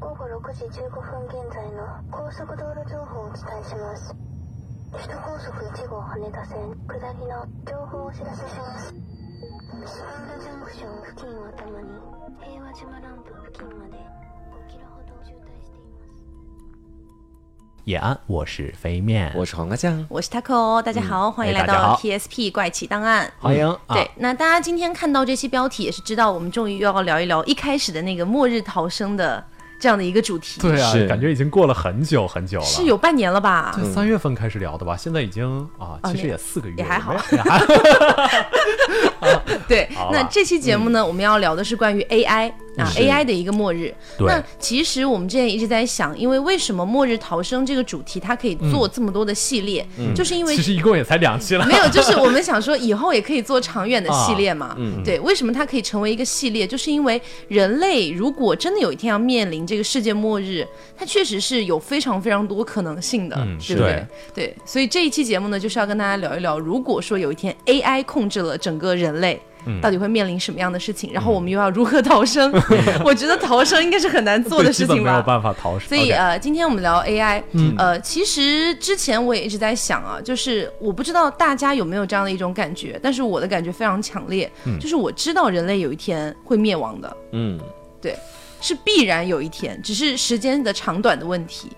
午後6時15分現在の高速道路情報をお伝えします首都高速1号羽田線下りの情報をお知らせしますスパウダジャンクション付近をたまに平和島ランプ付近まで5キロほど渋滞しています野安，我是飞面，我是黄瓜酱，我是 Taco，大哦家好，欢迎嗯来哎大家到好 TSP 怪奇档案。欢嗯迎。对啊，，那大家今天看到这期标题，也是知道我们终于又要聊一聊一开始的那个末日逃生的这样的一个主题，对啊是，感觉已经过了很久很久了，是有半年了吧？对三月份开始聊的吧？现在已经啊，哦其实也也四个月，也还好没 也还好。对好，那吧嗯这期节目呢，我们要聊的是关于 AI 啊是，AI 的一个末日。对那其实我们之前一直在想，因为为什么末日逃生这个主题它可以做这么多的系列，就是因为嗯其实一共也才两期了。啊没有，就是我们想说以后也可以做长远的系列嘛。嗯对，为什么它可以成为一个系列？就是因为人类如果真的有一天要面临这个世界末日，它确实是有非常非常多可能性的，嗯对不对？对，所以这一期节目呢，就是要跟大家聊一聊，如果说有一天 AI 控制了整个人类。嗯到底会面临什么样的事情？然后我们又要如何逃生？ 我觉得逃生应该是很难 做的对，事基本情没吧有。办法逃生。所以 OK，嗯呃，今天我们聊 AI，、呃，其实之前我也一直在想啊，就是我不知道大家有没有这样的一种感觉，但是我的感觉非常强烈，嗯就是我知道人类有一天会灭亡的，嗯，对，是必然有一天，只是时间的长短的问题。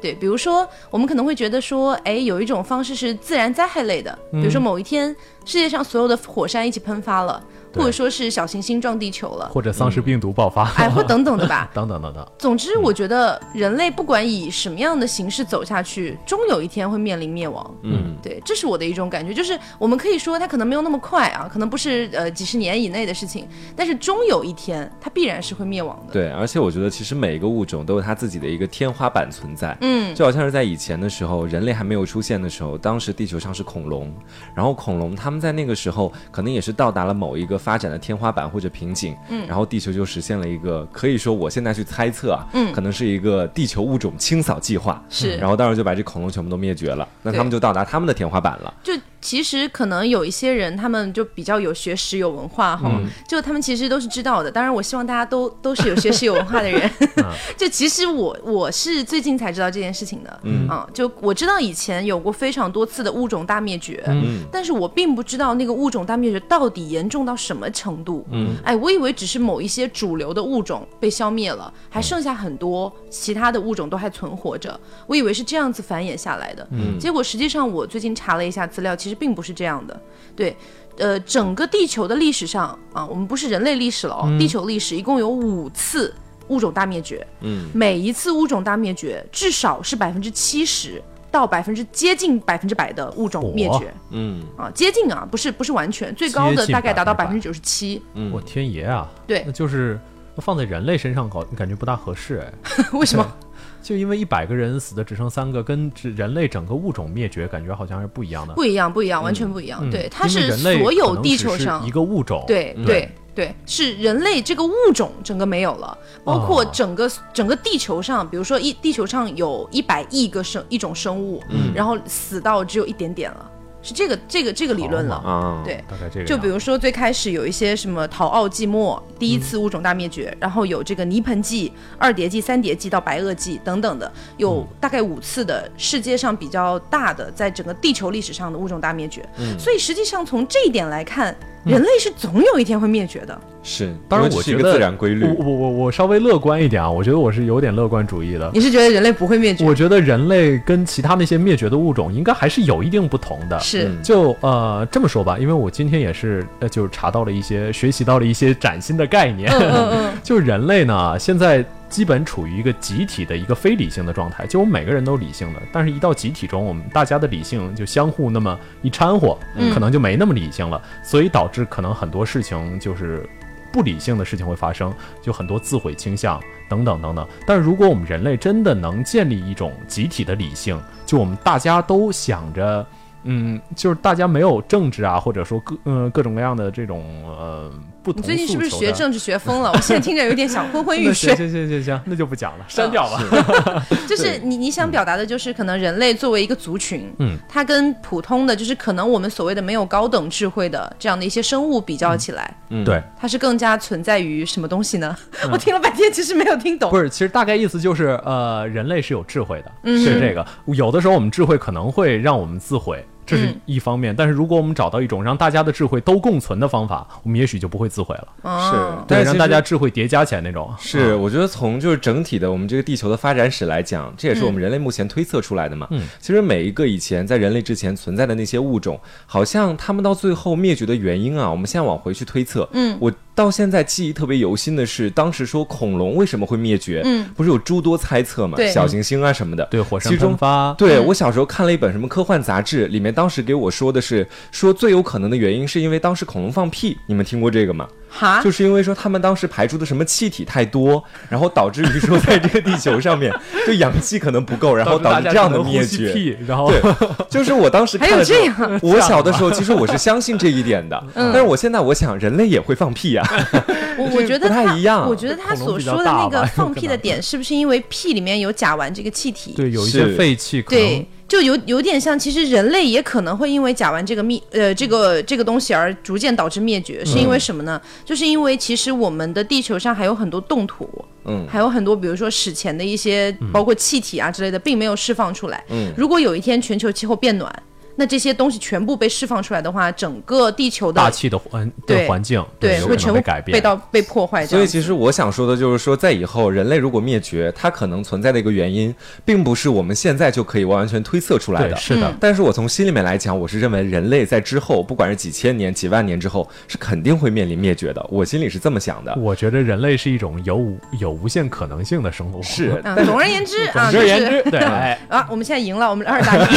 对，比如说我们可能会觉得说，哎，有一种方式是自然灾害类的，嗯比如说某一天世界上所有的火山一起喷发了，对或者说是小行星撞地球 了，或者丧尸病毒爆发，哎，或等等的吧。 等等等等，总之，我觉得人类不管以什么样的形式走下去，终有一天会面临灭亡。嗯，对，这是我的一种感觉，就是我们可以说它可能没有那么快啊，可能不是呃几十年以内的事情，但是终有一天它必然是会灭亡的。对，而且我觉得其实每一个物种都有它自己的一个天花板存在，嗯，就好像是在以前的时候，人类还没有出现的时候，当时地球上是恐龙，然后恐龙他们在那个时候可能也是到达了某一个发展的天花板或者瓶颈，嗯，然后地球就实现了一个可以说我现在去猜测啊，嗯，可能是一个地球物种清扫计划，是然后当时就把这恐龙全部都灭绝了，那他们对就到达他们的天花板了，就其实可能有一些人，他们就比较有学识、有文化哈，就他们其实都是知道的。当然，我希望大家 都都是有学识、有文化的人。 就其实我我是最近才知道这件事情的，嗯、啊，就我知道以前有过非常多次的物种大灭绝，嗯但是我并不知道那个物种大灭绝到底严重到什么程度。嗯，哎，我以为只是某一些主流的物种被消灭了，还剩下很多其他的物种都还存活着，我以为是这样子繁衍下来的。嗯，结果实际上我最近查了一下资料，其实并不是这样的。对。呃，整个地球的历史上啊，我们不是人类历史了哦，地球历史一共有五次物种大灭绝，嗯，每一次物种大灭绝至少是百分之七十到百分之接近百分之百的物种灭绝，嗯啊，接近啊，不是不是完全，最高接的近大概达到百分100%之九十七。嗯我天爷啊！对那就是那放在人类身上搞，感觉不大合适哎。为什么？ 就因为一百个人死的只剩三个，跟只人类整个物种灭绝感觉好像是不一样的。不一样，不一样，完全不一样。嗯对，它因为是人类所可有能地只球是上一，个物种。对嗯对对，是人类这个物种整个没有了，包括哦整个整个地球上，比如说一地球上有一百亿个生一种生物，嗯然后死到只有一点点了，是这个这个这个理论好了。啊，对，大概这个样子。嗯就比如说最开始有一些什么陶奥纪末第一次物种大灭绝，然后有这个泥盆纪、二叠纪、三叠纪到白垩纪等等的，嗯有大概五次的世界上比较大的，在整个地球历史上的物种大灭绝。嗯所以实际上从这一点来看，人类是总有一天会灭绝的。是，当然，因为我这是一觉个得自然规律，我我我我稍微乐观一点啊，我觉得我是有点乐观主义的。你是觉得人类不会灭绝？我觉得人类跟其他那些灭绝的物种应该还是有一定不同的。是、嗯就呃这么说吧，因为我今天也是呃就是查到了一些学习到了一些崭新的概嗯念。 就人类呢，现在基本处于一个集体的一个非理性的状态，就我们每个人都理性的，但是一到集体中，我们大家的理性就相互那么一掺和，可能就没那么理性了，所以导致可能很多事情就是不理性的事情会发生，就很多自毁倾向等等等等。但如果我们人类真的能建立一种集体的理性，就我们大家都想着。嗯，就是大家没有政治啊，或者说各嗯、各种各样的这种呃不同你诉求最的。近是不是学政治学疯了？我现在听着有点 想昏昏欲那行睡。行行行行，那就不讲了，删掉吧。 就是你你想表达的就是，可能人类作为一个族群，嗯，它跟普通的就是可能我们所谓的没有高等智慧的这样的一些生物比较起来，嗯对，它是更加存在于什么东西呢？ 我听了半天，其实没有听懂。嗯不是，其实大概意思就是，呃，人类是有智慧的，嗯是这个。有的时候我们智慧可能会让我们自毁，这是嗯一方面。但是如果我们找到一种让大家的智慧都共存的方法，我们也许就不会自毁了。哦对，但是让其大实家智慧叠加起来那种。是，嗯我觉得从就是整体的我们这个地球的发展史来讲，这也是我嗯们人类目前推测出来的嘛。嗯，其实每一个以前在人类之前存在的那些物种，好像他们到最后灭绝的原因啊，我们现在往回去推测。嗯我到现在记忆特别犹新的是，当时说恐龙为什么会灭绝，嗯，不是有诸多猜测嘛对，嗯小行星啊什么的。对，火山其中喷发，对我小时候看了一本什么科幻杂志，里面当时给我说的是，说最有可能的原因是因为当时恐龙放屁，你们听过这个吗？哈，就是因为说他们当时排出的什么气体太多， 然后导致于说在这个地球上面就氧气可能不够，然后导大致家这样可的能呼灭吸绝。屁，然后对，就是我当时还看有了之这后，样，我小的时候其实我是相信这一点的，但是我现在我想人类也会放屁啊呀、我我觉得不太他一样我觉得他恐龙所比较说的大那个吧放有可屁的能点，是不是因为屁里面有甲烷这个气体？ 对，有一些是废气可能对，就有有点像，其实人类也可能会因为甲烷这个密呃这个这个东西而逐渐导致灭嗯绝，是因为什么呢？就是因为其实我们的地球上还有很多冻土，嗯还有很多比如说史前的一些嗯包括气体啊之类的，并没有释放出来。嗯如果有一天全球气候变暖，那这些东西全部被释放出来的话，整个地球大的气的环对的环境，对有可会全能部被改变。被到被破坏这所样以子。其实我想说的就是说，在以后人类如果灭绝，它可能存在的一个原因，并不是我们现在就可以完完全推测出来对，的。是的嗯，但是我从心里面来讲，我是认为人类在之后，不管是几千年、几万年之后，是肯定会面临灭绝的。我心里是这么想的。我觉得人类是一种有无有无限可能性的生物。是，嗯，总而言之啊， 总就之言是之， 对，哎啊，我们现在赢了，我们二打一。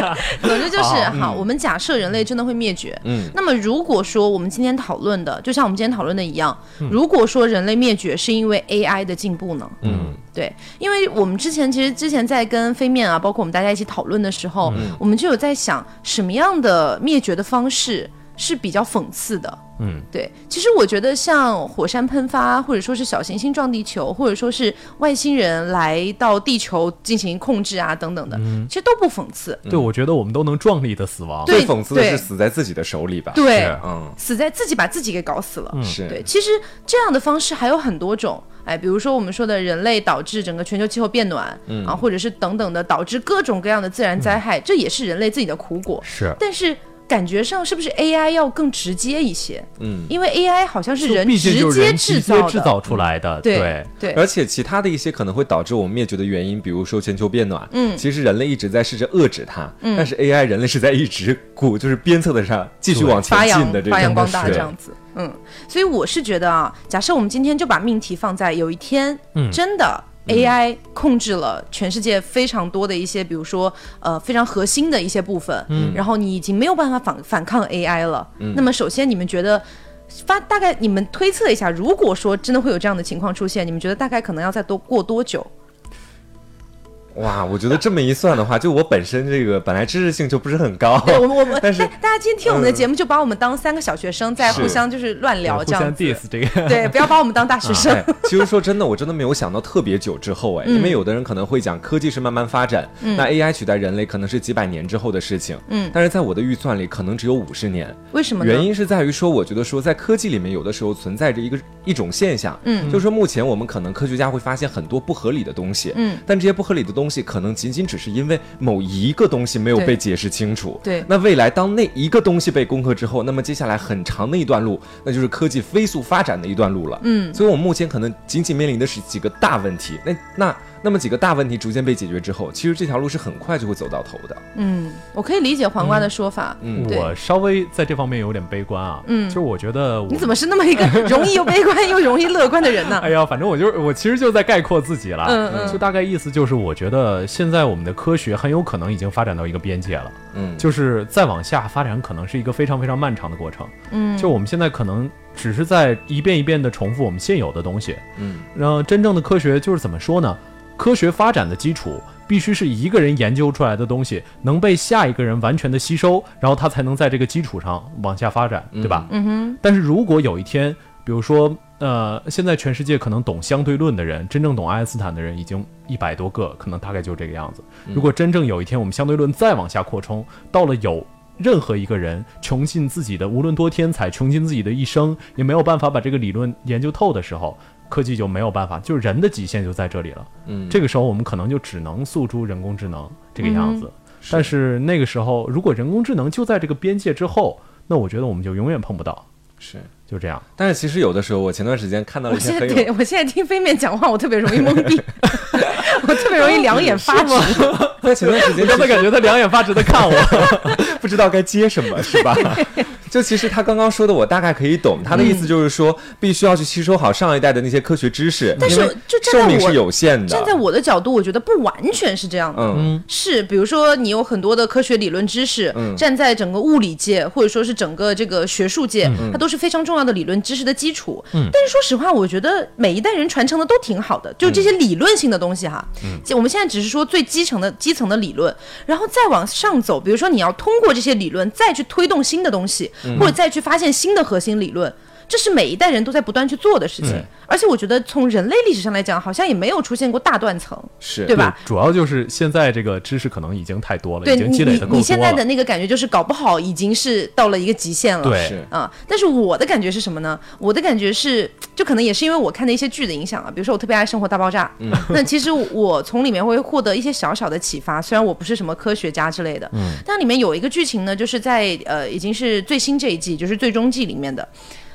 总之就 是好好，我们假设人类真的会灭绝。嗯，那么如果说我们今天讨论的，就像我们今天讨论的一样，如果说人类灭绝是因为 AI 的进步呢？嗯，对，因为我们之前其实之前在跟飞面啊，包括我们大家一起讨论的时候，我们就有在想什么样的灭绝的方式是比较讽刺的。嗯，对，其实我觉得像火山喷发，或者说是小行星撞地球，或者说是外星人来到地球进行控制啊等等的，其实都不讽刺。对，我觉得我们都能壮丽的死亡。对最讽刺的对是死在自己的手里吧？对是嗯，死在自己把自己给搞死了。是，对，其实这样的方式还有很多种，哎，比如说我们说的人类导致整个全球气候变暖，嗯啊，或者是等等的导致各种各样的自然灾害，这也是人类自己的苦果。是，但是感觉上是不是 AI 要更直接一些？嗯。因为 AI 好像是人毕直竟就是接人制直造接的，嗯制造出来的，对对而且其他的一些可能会导致我们灭绝的原因，比如说全球变暖，嗯，其实人类一直在试着遏制它，嗯但是 AI 人类是在一直鼓，就是鞭策的它继续往前发进扬的这发扬种光大这样子。嗯，所以我是觉得啊，假设我们今天就把命题放在有一天，嗯真的 AI 控制了全世界非常多的一些，比如说呃非常核心的一些部分，嗯，然后你已经没有办法反反抗 AI 了。嗯那么首先你们觉得？发大概你们推测一下，如果说真的会有这样的情况出现，你们觉得大概可能要再多过多久？ 哇，我觉得这么一算的话，就我本身这个本来知识性就不是很 高，对，我们我们但是嗯大家今天听我们的节目，就把我们当三个小学生在互是相就是乱聊互这样相子， diss 这个。对，不要把我们当大学生。 哎，其实说真的，我真的没有想到特别久之后哎，因为有的人可能会讲科技是慢慢发展，那 AI 取代人类可能是几百年之后的事情，嗯但是在我的预算里可能只有五十年。为什么呢？原因是在于说，我觉得说在科技里面有的时候存在着一个一种现象，嗯就是说目前我们可能科学家会发现很多不合理的东西，嗯但这些不合理的东西可能仅仅只是因为某一个东西没有对被解释清楚，对那未来当那一个东西被攻克之后，那么接下来很长的一段路，那就是科技飞速发展的一段路了，嗯所以我们目前可能仅仅面临的是几个大问题，那那那么几个大问题逐渐被解决之后，其实这条路是很快就会走到头的，嗯，我可以理解黄瓜的说法。嗯 对我稍微在这方面有点悲观啊，嗯就是我觉得我你怎么是那么一个 容易又悲观又容易乐观的人呢？哎呀，反正我就是我其实就在概括自己了，嗯嗯就大概意思就是，我觉得现在我们的科学很有可能已经发展到一个边界了，嗯，就是再往下发展可能是一个非常非常漫长的过程，嗯，就我们现在可能只是在一遍一遍的重复我们现有的东西，嗯然后真正的科学就是怎么说呢？科学发展的基础必须是一个人研究出来的东西能被下一个人完全的吸收，然后他才能在这个基础上往下发展，对吧？嗯哼，但是如果有一天比如说，呃，现在全世界可能懂相对论的人，真正懂爱因斯坦的人已经一百多个，可能大概就这个样子。如果真正有一天我们相对论再往下扩充，到了有任何一个人穷尽自己的无论多天才，穷尽自己的一生，也没有办法把这个理论研究透的时候，科技就没有办法，就是人的极限就在这里了。嗯这个时候我们可能就只能诉诸人工智能这个样子。但是那个时候，如果人工智能就在这个边界之后，那我觉得我们就永远碰不到。是。就 这样，但是其实有的时候，我前段时间看到了一我现些在黑对人，我现在听飞面讲话，我特别容易懵逼，我特别容易两眼发直。在前段时间我刚才其实感觉他两眼发直的看我， 不知道该接什么， 是吧？就其实他刚刚说的，我大概可以懂。他的意思就是说，必须要去吸收好上一代的那些科学知识，嗯但是因为就站在寿命我是有限的。站在我的角度，我觉得不完全是这样的。嗯，是，比如说你有很多的科学理论知识，站在整个物理界或者说是整个这个学术界，它都是非常重要的理论知识的基础。但是说实话，我觉得每一代人传承的都挺好的，就这些理论性的东西哈。就我们现在只是说最基层的基层的理论，然后再往上走，比如说你要通过这些理论再去推动新的东西，或者再去发现新的核心理论。这是每一代人都在不断去做的事情，而且我觉得从人类历史上来讲，好像也没有出现过大断层，是对吧？主要就是现在这个知识可能已经太多了，对已你经积累的你够你多现在的了。那个感觉就是搞不好已经是到了一个极限了。对是，啊、但是我的感觉是什么呢？我的感觉是，就可能也是因为我看的一些剧的影响啊，比如说我特别爱《生活大爆炸》， 那其实我从里面会获得一些小小的启发，虽然我不是什么科学家之类的，嗯，但里面有一个剧情呢，就是在呃已经是最新这一季，就是最终季里面的。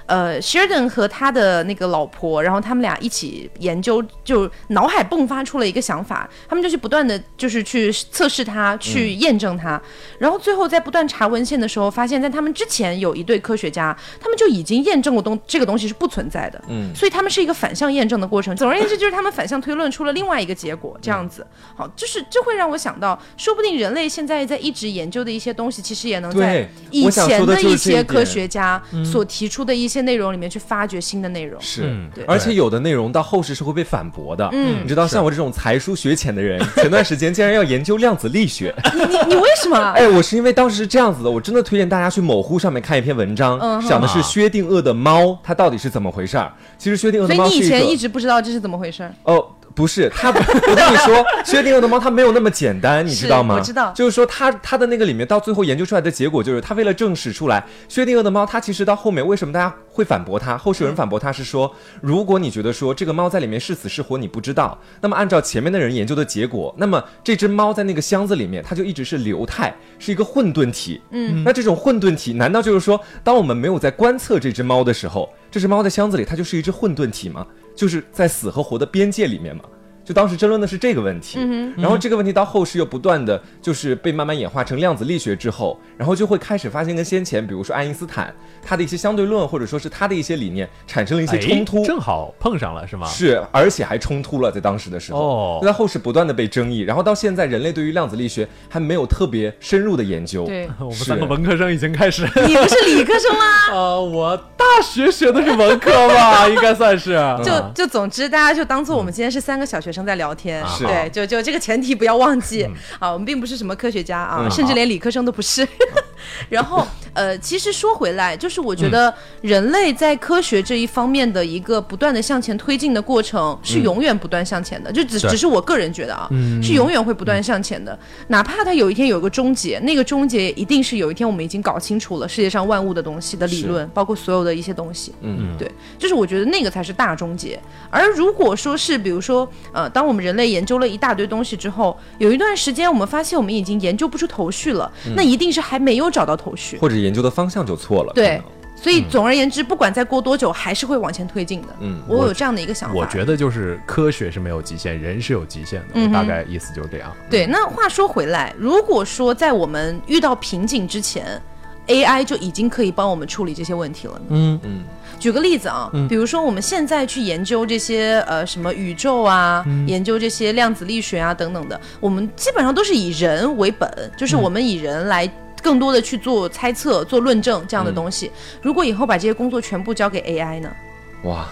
呃，Sheridan 和他的那个老婆，然后他们俩一起研究，就脑海迸发出了一个想法，他们就去不断的就是去测试它，去验证它，然后最后在不断查文献的时候，发现在他们之前有一对科学家，他们就已经验证过东这个东西是不存在的，嗯，所以他们是一个反向验证的过程。总而言之，就是他们反向推论出了另外一个结果，这样子，嗯好，就是这会让我想到，说不定人类现在在一直研究的一些东西，其实也能在对以我想前说的的就是一这一些点嗯科学家所提出的一些内容里面去发掘新的内 容。是，对而且有的内容到后世是会被反驳的。嗯，你知道，像我这种才疏学浅的人， 前段时间竟然要研究量子力学。你你你为什么？哎，我是因为当时是这样子的，我真的推荐大家去某乎上面看一篇文章，嗯讲的是薛定谔的猫，它到底是怎么回事儿。其实薛定谔所的以猫你是以一前个一直不知道这是怎么回事儿？哦，不是，他不，我跟你说，薛定谔的猫它没有那么简单，你知道吗？我知道就是说它它的那个里面到最后研究出来的结果，就是它为了证实出来薛定谔的猫，它其实到后面为什么大家会反驳它？后世有人反驳它是说，如果你觉得说这个猫在里面是死是活你不知道，那么按照前面的人研究的结果，那么这只猫在那个箱子里面，它就一直是流态，是一个混沌体。嗯，那这种混沌体，难道就是说，当我们没有在观测这只猫的时候，这只猫在箱子里它就是一只混沌体吗？就是在死和活的边界里面嘛。就当时争论的是这个问题，嗯然后这个问题到后世又不断的就是被慢慢演化成量子力学之后，然后就会开始发现跟先前，比如说爱因斯坦他的一些相对论，或者说是他的一些理念产生了一些冲突哎，正好碰上了是吗？是，而且还冲突了，在当时的时候，哦就在后世不断的被争议，然后到现在人类对于量子力学还没有特别深入的研究，对， 我们是三个文科生已经开 始。你不是理科生吗？啊，我大学学的是文科 吧，应该算是。就啊就总之，大家就当做我们今天是三个小学生在聊天，是对，就就这个前提不要忘记、啊，我们并不是什么科学家啊，嗯甚至连理科生都不是。 然后呃，其实说回来，就是我觉嗯得人类在科学这一方面的一个不断的向前推进的过程，是嗯永远不断向前的，就只对只是我个人觉得啊，是永远会不断向前的，哪怕它有一天有一个终结，那个终结一定是有一天我们已经搞清楚了世界上万物的东西的理是论，包括所有的一些东西，嗯，对，就是我觉得那个才是大终结。而如果说是，比如说，呃，当我们人类研究了一大堆东西之后，有一段时间我们发现我们已经研究不出头绪了，那一定是还没有找到头绪。或者研究的方向就错了，对，所以总而言之，不管再过多久，还是会往前推进的。嗯我有这样的一个想法。我觉得就是科学是没有极限，人是有极限的。我嗯大概意思就是这样。对。那话说回来，如果说在我们遇到瓶颈之前。AI 就已经可以帮我们处理这些问题了呢。嗯嗯。举个例子啊，比如说我们现在去研究这些呃什么宇宙啊，研究这些量子力学啊等等的，我们基本上都是以人为本，就是我们以人来。更多的去做猜测、做论证这样的东西，如果以后把这些工作全部交给 AI 呢？可能哇，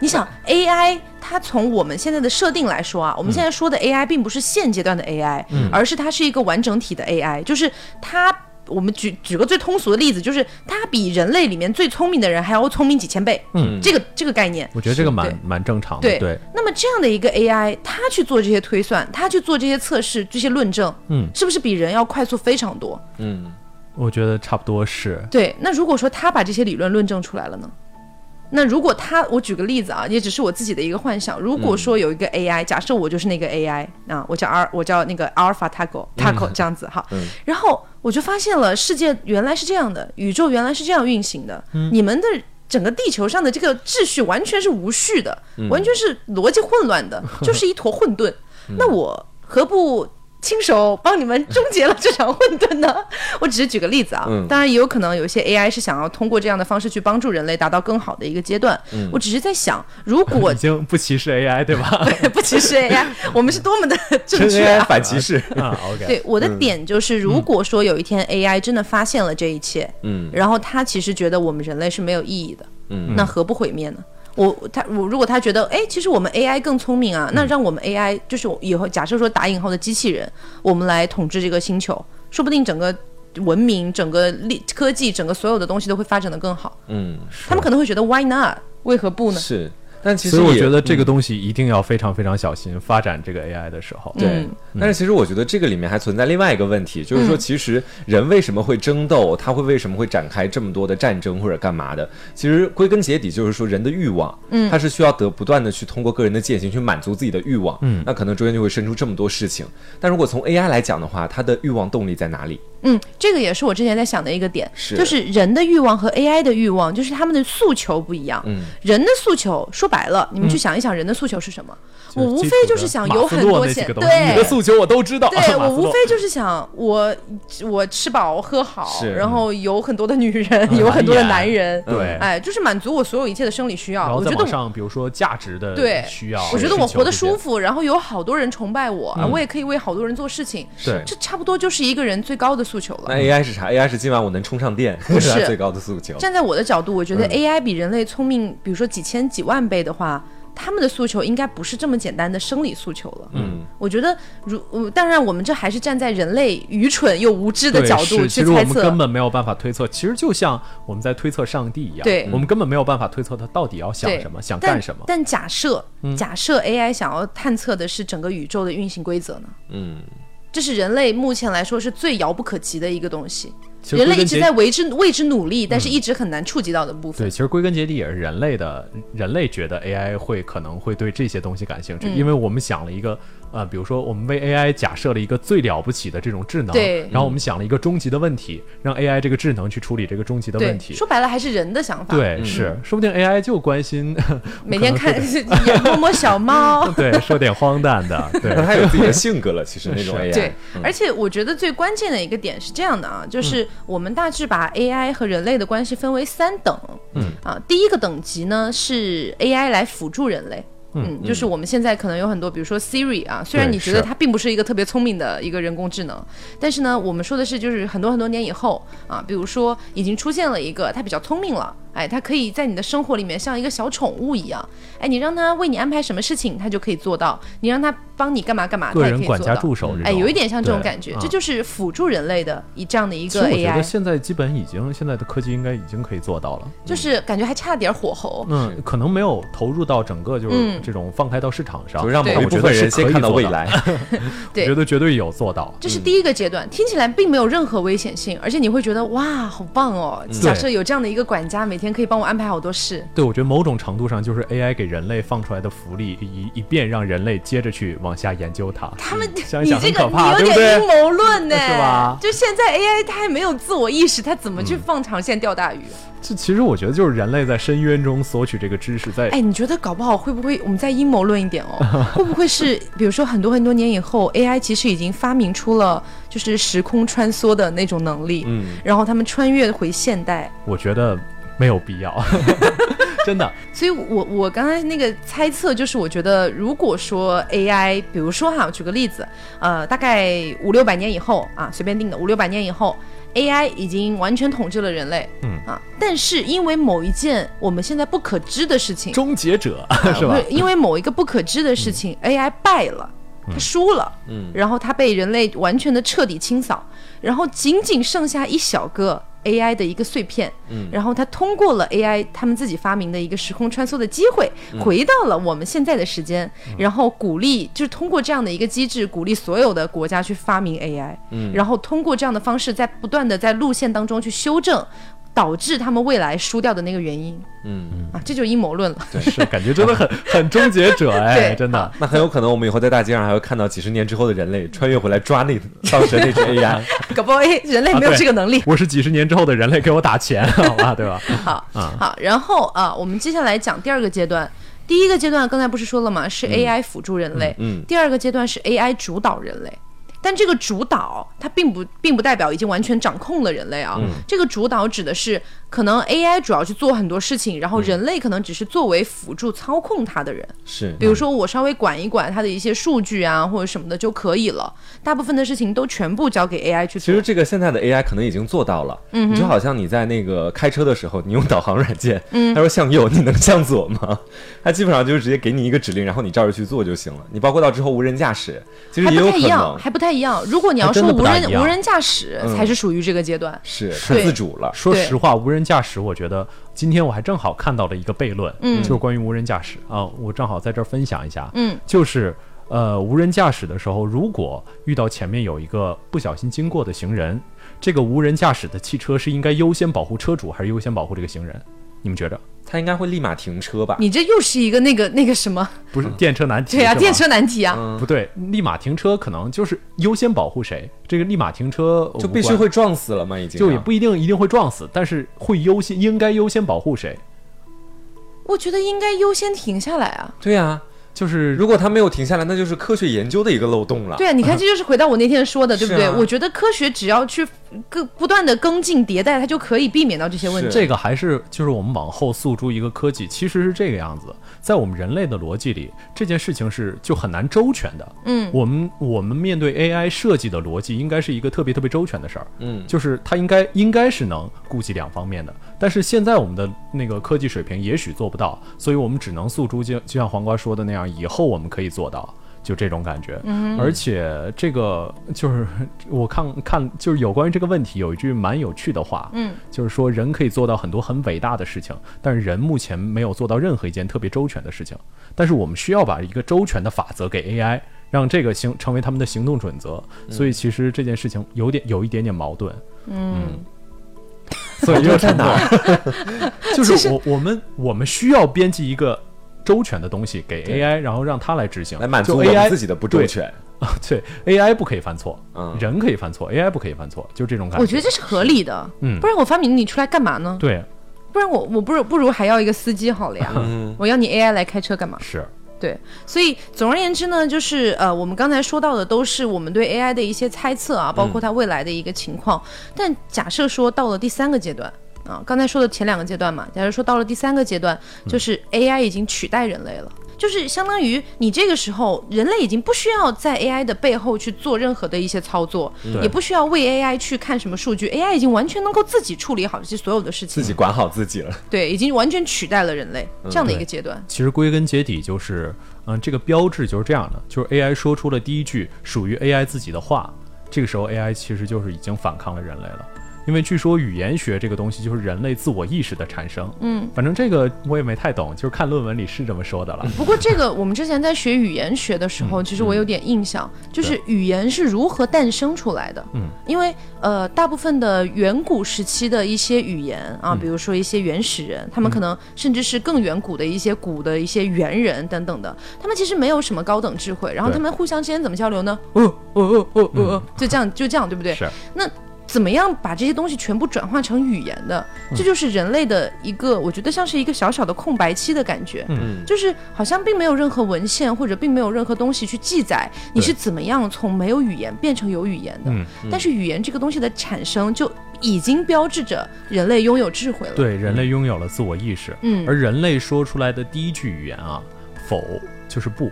你想 AI，它从我们现在的设定来说啊，我们现在说的 AI 并不是现阶段的 AI，、而是它是一个完整体的 AI，就是它我们举举个最通俗的例子，就是它比人类里面最聪明的人还要聪明几千倍，嗯，这个这个概念。我觉得这个蛮对蛮正常的，对，那么这样的一个 AI，它去做这些推算，它去做这些测试、这些论证，嗯是不是比人要快速非常多？嗯，我觉得差不多是，对，那如果说他把这些理论论证出来了呢？那如果他，我举个例子啊，也只是我自己的一个幻想。如果说有一个 AI，、假设我就是那个 AI 啊，我叫 R，我叫那个阿尔法 Taco Taco 这样子哈，然后我就发现了世界原来是这样的，宇宙原来是这样运行的，你们的。整个地球上的这个秩序完全是无序的，完全是逻辑混乱的，就是一坨混沌。那我何不亲手帮你们终结了这场混沌呢？ 我只是举个例子啊，嗯当然也有可能有一些 AI 是想要通过这样的方式去帮助人类达到更好的一个阶段。我只是在想，如果 已经不歧视 AI 对吧？ 不歧视 AI，我们是多么的正真确 AI 啊！反歧 视，啊，OK，对我的点就是，如果说有一天 AI 真的发现了这一切，嗯然后他其实觉得我们人类是没有意义的，嗯，那何不毁灭呢？我他我如果他觉得哎，其实我们 AI 更聪明啊，那让我们 AI 就是以后假设说打引号的机器人，我们来统治这个星球，说不定整个文明、整个力科技、整个所有的东西都会发展的更好。嗯，他们可能会觉得 Why not？为何不呢？是。但其实所以我也觉得这嗯个东西一定要非常非常小心发展这个 AI 的时嗯候，对，但是其实我觉得这个里面还存在另外一个问题，就是说，其实人为什么会争斗，他会为什么会展开这么多的战争或者干嘛的？其实归根结底就是说，人的欲望，嗯，他是需要得不断的去通过个人的践行去满足自己的欲望，嗯，那可能中间就会生出这么多事情。但如果从 AI 来讲的话，它的欲望动力在哪里？嗯，这个也是我之前在想的一个点，是就是人的欲望和 AI 的欲望，就是他们的诉求不一样。嗯，人的诉求说白了，你们去想一想，人的诉求是什么？我嗯无非就是想有很多钱，你 的对。诉求我都知道，啊对我无非就是想我我吃饱喝好是，然后有很多的女人，嗯有很多的繁衍男人，对哎，就是满足我所有一切的生理需嗯然要。后我再觉得往我上，比如说价值的对需要，我觉得需我求活得这些嗯舒，服，然后有好多人崇拜我，啊我也可以为好多人做事情，对这差不多就是一个人最高的诉求了。那 AI 是啥？AI 是今晚我能充上电， 这是它最高的诉求。站在我的角度，我觉得嗯 AI 比人类聪明，比如说几千几万倍的话，他们的诉求应该不是这么简单的生理诉求了。嗯，我觉得如、呃当然我们这还是站在人类愚蠢又无知的对角是度其去实我猜们测根。本没有办法推测。其实就像我们在推测上帝一样，对我们根本没有办法推测他到底要想对，什么，想但干什么。嗯但假设、假设 AI 想要探测的是整个宇宙的运行规则呢？嗯，这是人类目前来说是最遥不可及的一个东西，其实人类归根一直结嗯在为之为之努力，但是一直很难触及到的部分对，。其实归根结底也是人类的，人类觉得 AI 会可能会对这些东西感兴趣，嗯因为我们想了一个，呃，比如说我们为 AI 假设了一个最了不起的这种智能，对然后我们想了一个终极的问题，让 AI 这个智能去处理这个终极的问题。说白嗯了还是人的想法。对，是，说不定 AI 就关 心，，每天看也摸摸小猫对，说点荒诞的，对， 它有自己的性格了，其实那种是 AI。对，嗯而且我觉得最关键的一个点是这样的啊，就是我们大致把 AI 和人类的关系分为三等，嗯啊，第一个等级呢是 AI 来辅助人类。嗯，就是我们现在可能有很多，比如说 Siri 啊，虽然对你觉得是它并不是一个特别聪明的一个人工智能，但是呢，我们说的是就是很多很多年以后啊，比如说已经出现了一个它比较聪明了，哎，它可以在你的生活里面像一个小宠物一样，哎，你让它为你安排什么事情，它就可以做到；你让它帮你干嘛干嘛，个它也可人以做管家到。助手这种，哎，有一点像这种对感觉嗯，这就是辅助人类的一这样的一其实个我觉得 AI，现在基本已经，现在的科技应该已经可以做到了。就是感觉还差点火候。嗯，可能没有投入到整个就是嗯这种放开到市场上，就让对某一我觉部得分是人可先以看到做未到来，我对觉，得绝对有做到。这是第一个阶段，听起来并没有任何危险性，而且你会觉得哇，好棒哦！嗯假设有这样的一个管家，每天可以帮我安排好多事。对，我觉得某种程度上就是 AI 给人类放出来的福利，以以便让人类接着去往下研究它。嗯他们， 想一你想这很个可怕，你对有不对点阴？谋论 呢，是吧嗯就现在 AI 它还没有自我意识，它怎么去放长线钓大鱼？这其实我觉得就是人类在深渊中索取这个知识，在哎，你觉得搞不好会不会我们再阴谋论一点哦？会不会是比如说很多很多年以后，AI 其实已经发明出了就是时空穿梭的那种能力，嗯，然后他们穿越回现代。我觉得没有必 要，真的。所以我我刚才那个猜测就是，我觉得如果说 AI，比如说哈，我举个例子，呃，大概五六百年以后啊，随便定的，五六百年以后，AI 已经完全统治了人类，嗯啊，但是因为某一件我们现在不可知的事情，终结者是吧会？因为某一个不可知的事情、a i 败了，他输了，嗯然后他被人类完全的彻底清扫。然后仅仅剩下一小个 AI 的一个碎片，嗯，然后它通过了 AI 他们自己发明的一个时空穿梭的机会，回到了我们现在的时间，然后鼓励就是通过这样的一个机制，鼓励所有的国家去发明 AI，嗯，然后通过这样的方式，在不断的在路线当中去修正。导致他们未来输掉的那个原因，嗯啊，这就是阴谋论了。对，是感觉真 的很很终结者哎，对真的。 那很有可能我们以后在大街上还会看到几十年之后的人 类穿越回来抓那当时那只 AI。搞不好哎，人啊类没有对这个能力。我是几十年之后的人类，给我打钱，好吧，对吧？好，好，然后啊，我们接下来讲第二个阶段。第一个阶段刚才不是说了吗？是 AI 辅助人类。嗯嗯嗯第二个阶段是 AI 主导人类，但这个主导它并不并不代表已经完全掌控了人类嗯啊。这个主导指的是可能 AI 主要去做很多事情，然后嗯人类可能只是作为辅助操控它的人。是比如说我稍微管一管它的一些数据啊或者什么的就可以了，大部分的事情都全部交给 AI 去其做实。这个现在的 AI 可能已经做到了，嗯，你就好像你在那个开车的时候，你用导航软件，嗯，他说向右，你能向左吗？ 它基本上就是直接给你一个指令，然后你照着去做就行了。你包括到之后无人驾驶，其实还也不有可太一样，能还不太一样。如果你要哎还真说的无不大人一样无人驾驶嗯才是属于这个阶段，是太对自主了。说对实话，无人驾驶，我觉得今天我还正好看到了一个悖论，嗯，就是关于无人驾驶啊、我正好在这儿分享一下，嗯，就是呃，无人驾驶的时候，如果遇到前面有一个不小心经过的行人，这个无人驾驶的汽车是应该优先保护车主，还是优先保护这个行人？你们觉着？它应该会立马停车吧？你这又是一个那个那个 什么？不是电车难题，对呀、是吧嗯电车难题啊！嗯不对，立马停车可能就是优先保护谁？这个立马停车就无必须关会撞死了吗？已经啊就也不一定一定会撞死，但是会优先应该优先保护谁？我觉得应该优先停下来啊！对啊。就是如果它没有停下来，那就是科学研究的一个漏洞了。对啊，你看，这就是回到我那天说的，对不对？是啊我觉得科学只要去更不断的更进迭代，它就可以避免到这些问题。这个还是就是我们往后诉诸一个科技，其实是这个样子。在我们人类的逻辑里，这件事情是就很难周全的。嗯，我们我们面对 AI 设计的逻辑，应该是一个特别特别周全的事儿。嗯就是它应该应该是能顾及两方面的，但是现在我们的那个科技水平也许做不到，所以我们只能诉诸就就像黄瓜说的那样，以后我们可以做到。就这种感觉，嗯、而且这个就是我看看，就是有关于这个问题有一句蛮有趣的话，嗯，就是说人可以做到很多很伟大的事情，但是人目前没有做到任何一件特别周全的事情。但是我们需要把一个周全的法则给 AI，让这个行成为他们的行动准则。嗯所以其实这件事情有点有一点点矛 盾，嗯嗯，所以又在哪？ 就是我我们我们需要编辑一个周全的东西给 AI，然后让它来执行，来满足就我 AI 们自己的不周全。 对。对 AI 不可以犯错，嗯人可以犯错，AI 不可以犯错，就这种感我觉得这是合理的，嗯不然我发明你出来干嘛呢？对，不然我我不如不如还要一个司机好了呀！嗯我要你 AI 来开车干嘛？是对，所以总而言之呢，就是呃，我们刚才说到的都是我们对 AI 的一些猜测嗯啊，包括它未来的一个情况。但假设说到了第三个阶段啊，刚才说的前两个阶段嘛，假如说到了第三个阶段，嗯就是 AI 已经取代人类了。就是相当于你这个时候，人类已经不需要在 AI 的背后去做任何的一些操作，嗯也不需要为 AI 去看什么数据，AI 已经完全能够自己处理好这些所有的事自情，己嗯管好自己了。对，已经完全取代了人类这样的一个阶段。其实归根结底就是，嗯，这个标志就是这样的，就是 AI 说出了第一句属于 AI 自己的话，这个时候 AI 其实就是已经反抗了人类了。因为据说语言学这个东西就是人类自我意识的产生，嗯，反正这个我也没太懂，就是看论文里是这么说的了。不过这个我们之前在学语言学的时嗯候，其实我有点印象，就是语言是如何诞生出来的。嗯，因为呃，大部分的远古时期的一些语言嗯啊，比如说一些原始人，他们可能甚至是更远古的一些古的一些猿人等等的，他们其实没有什么高等智慧，然对后嗯他们互相之间怎么交流呢？哦哦哦哦哦哦，就这样就这样，对不对？是那怎么样把这些东西全部转化成语言的？嗯这就是人类的一个，我觉得像是一个小小的空白期的感觉。嗯，就是好像并没有任何文献或者并没有任何东西去记载你是怎么样从没有语言变成有语言的。嗯但是语言这个东西的产生就已经标志着人类拥有智慧了。对，人类拥有了自我意识，嗯而人类说出来的第一句语言啊，否就是不，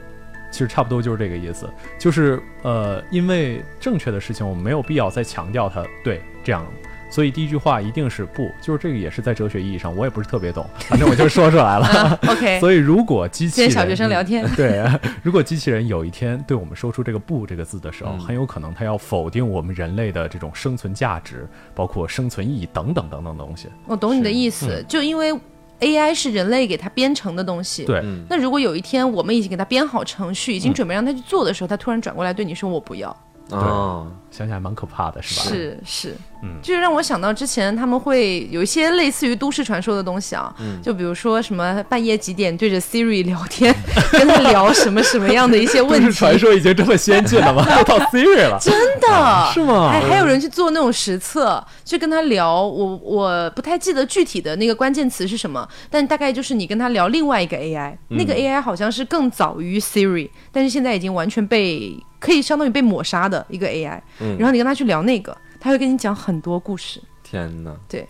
其实差不多就是这个意思，就是呃，因为正确的事情我们没有必要再强调它，对，这样。所以第一句话一定是不，就是这个也是在哲学意义上，我也不是特别懂，反正我就说出来 了。啊 OK，所以如果机器今人天小学生聊天嗯 对，如果机器人有一天对我们说出这个“不”这个字的时候，很有可能它要否定我们人类的这种生存价值，包括生存意义等等等等的东西。我懂你的意嗯思，就因为 AI 是人类给它编程的东西。。对，那如果有一天我们已经给它编好程序，已经准备让它去做的时候，它突然转过来对你说“我不要哦，想想还蛮可怕的，”，是吧？嗯是是，就是让我想到之前他们会有一些类似于都市传说的东西啊，嗯就比如说什么半夜几点对着 Siri 聊天， 跟他聊什么什么样的一些都问市题，传说已经这么先进 了吗？都到 Siri 了。哎真的啊是吗还还有人去做那种实测，去跟他聊，我我不太记得具体的那个关键词是什么，但大概就是你跟他聊另外一个 AI，、那嗯个 AI 好像是更早于 Siri，但是现在已经完全被可以相当于被抹杀的一个 AI，、然嗯嗯后你跟他去聊那个，他会跟你讲很多故事。天哪，对，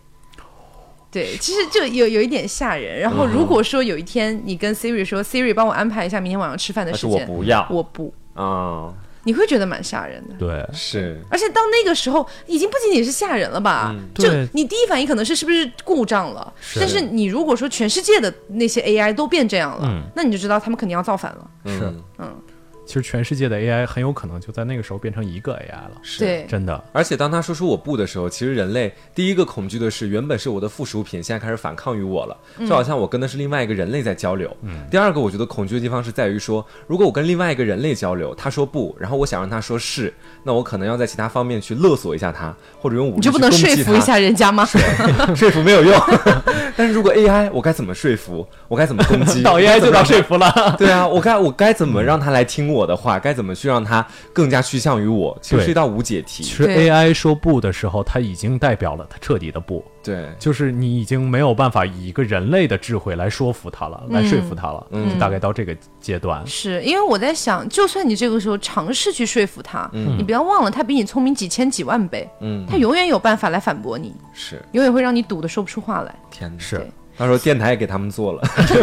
对，其实就有有一点吓人。然后如果说有一天你跟 Siri 说、Siri 帮我安排一下明天晚上吃饭的但是时我间，嗯不要我不，啊，你会觉得蛮吓人的。对，是而且到那个时候，已经不仅仅是吓人了吧？就对你第一反应可能是是不是故障了？但是你如果说全世界的那些 AI 都变这样了，那你就知道他们肯定要造反了。是嗯，其实全世界的 AI 很有可能就在那个时候变成一个 AI 了，是对，真 的。而且当他说出我不的时候，其实人类第一个恐惧的是，原本是我的附属品，现在开始反抗于我了，就嗯好像我跟的是另外一个人类在交流。第二个我觉得恐惧的地方是在于说，如果我跟另外一个人类交流，他说不，然后我想让他说是，那我可能要在其他方面去勒索一下他，或者用武你力就去不攻能说击服一他。下人家吗？说服没 有用。但是如果 AI，我该怎么说服？我该怎么攻 击？到 AI 就到说服 了。 对啊，我该我该怎么让他来听我的话？该怎么去让他更加趋向于我？其实对是一道无解题其。实对 AI 说不的时候，它已经代表了它彻底的不，对，就是你已经没有办法以一个人类的智慧来说服它嗯了，来说服它了，就大概到这个阶段。 是因为我在想，就算你这个时候尝试去说服他，嗯你不要忘了，他比你聪明几千几万倍，嗯，他永远有办法来反驳你，是永远会让你堵得说不出话来。天哪，是，到时候电台也给他们做了，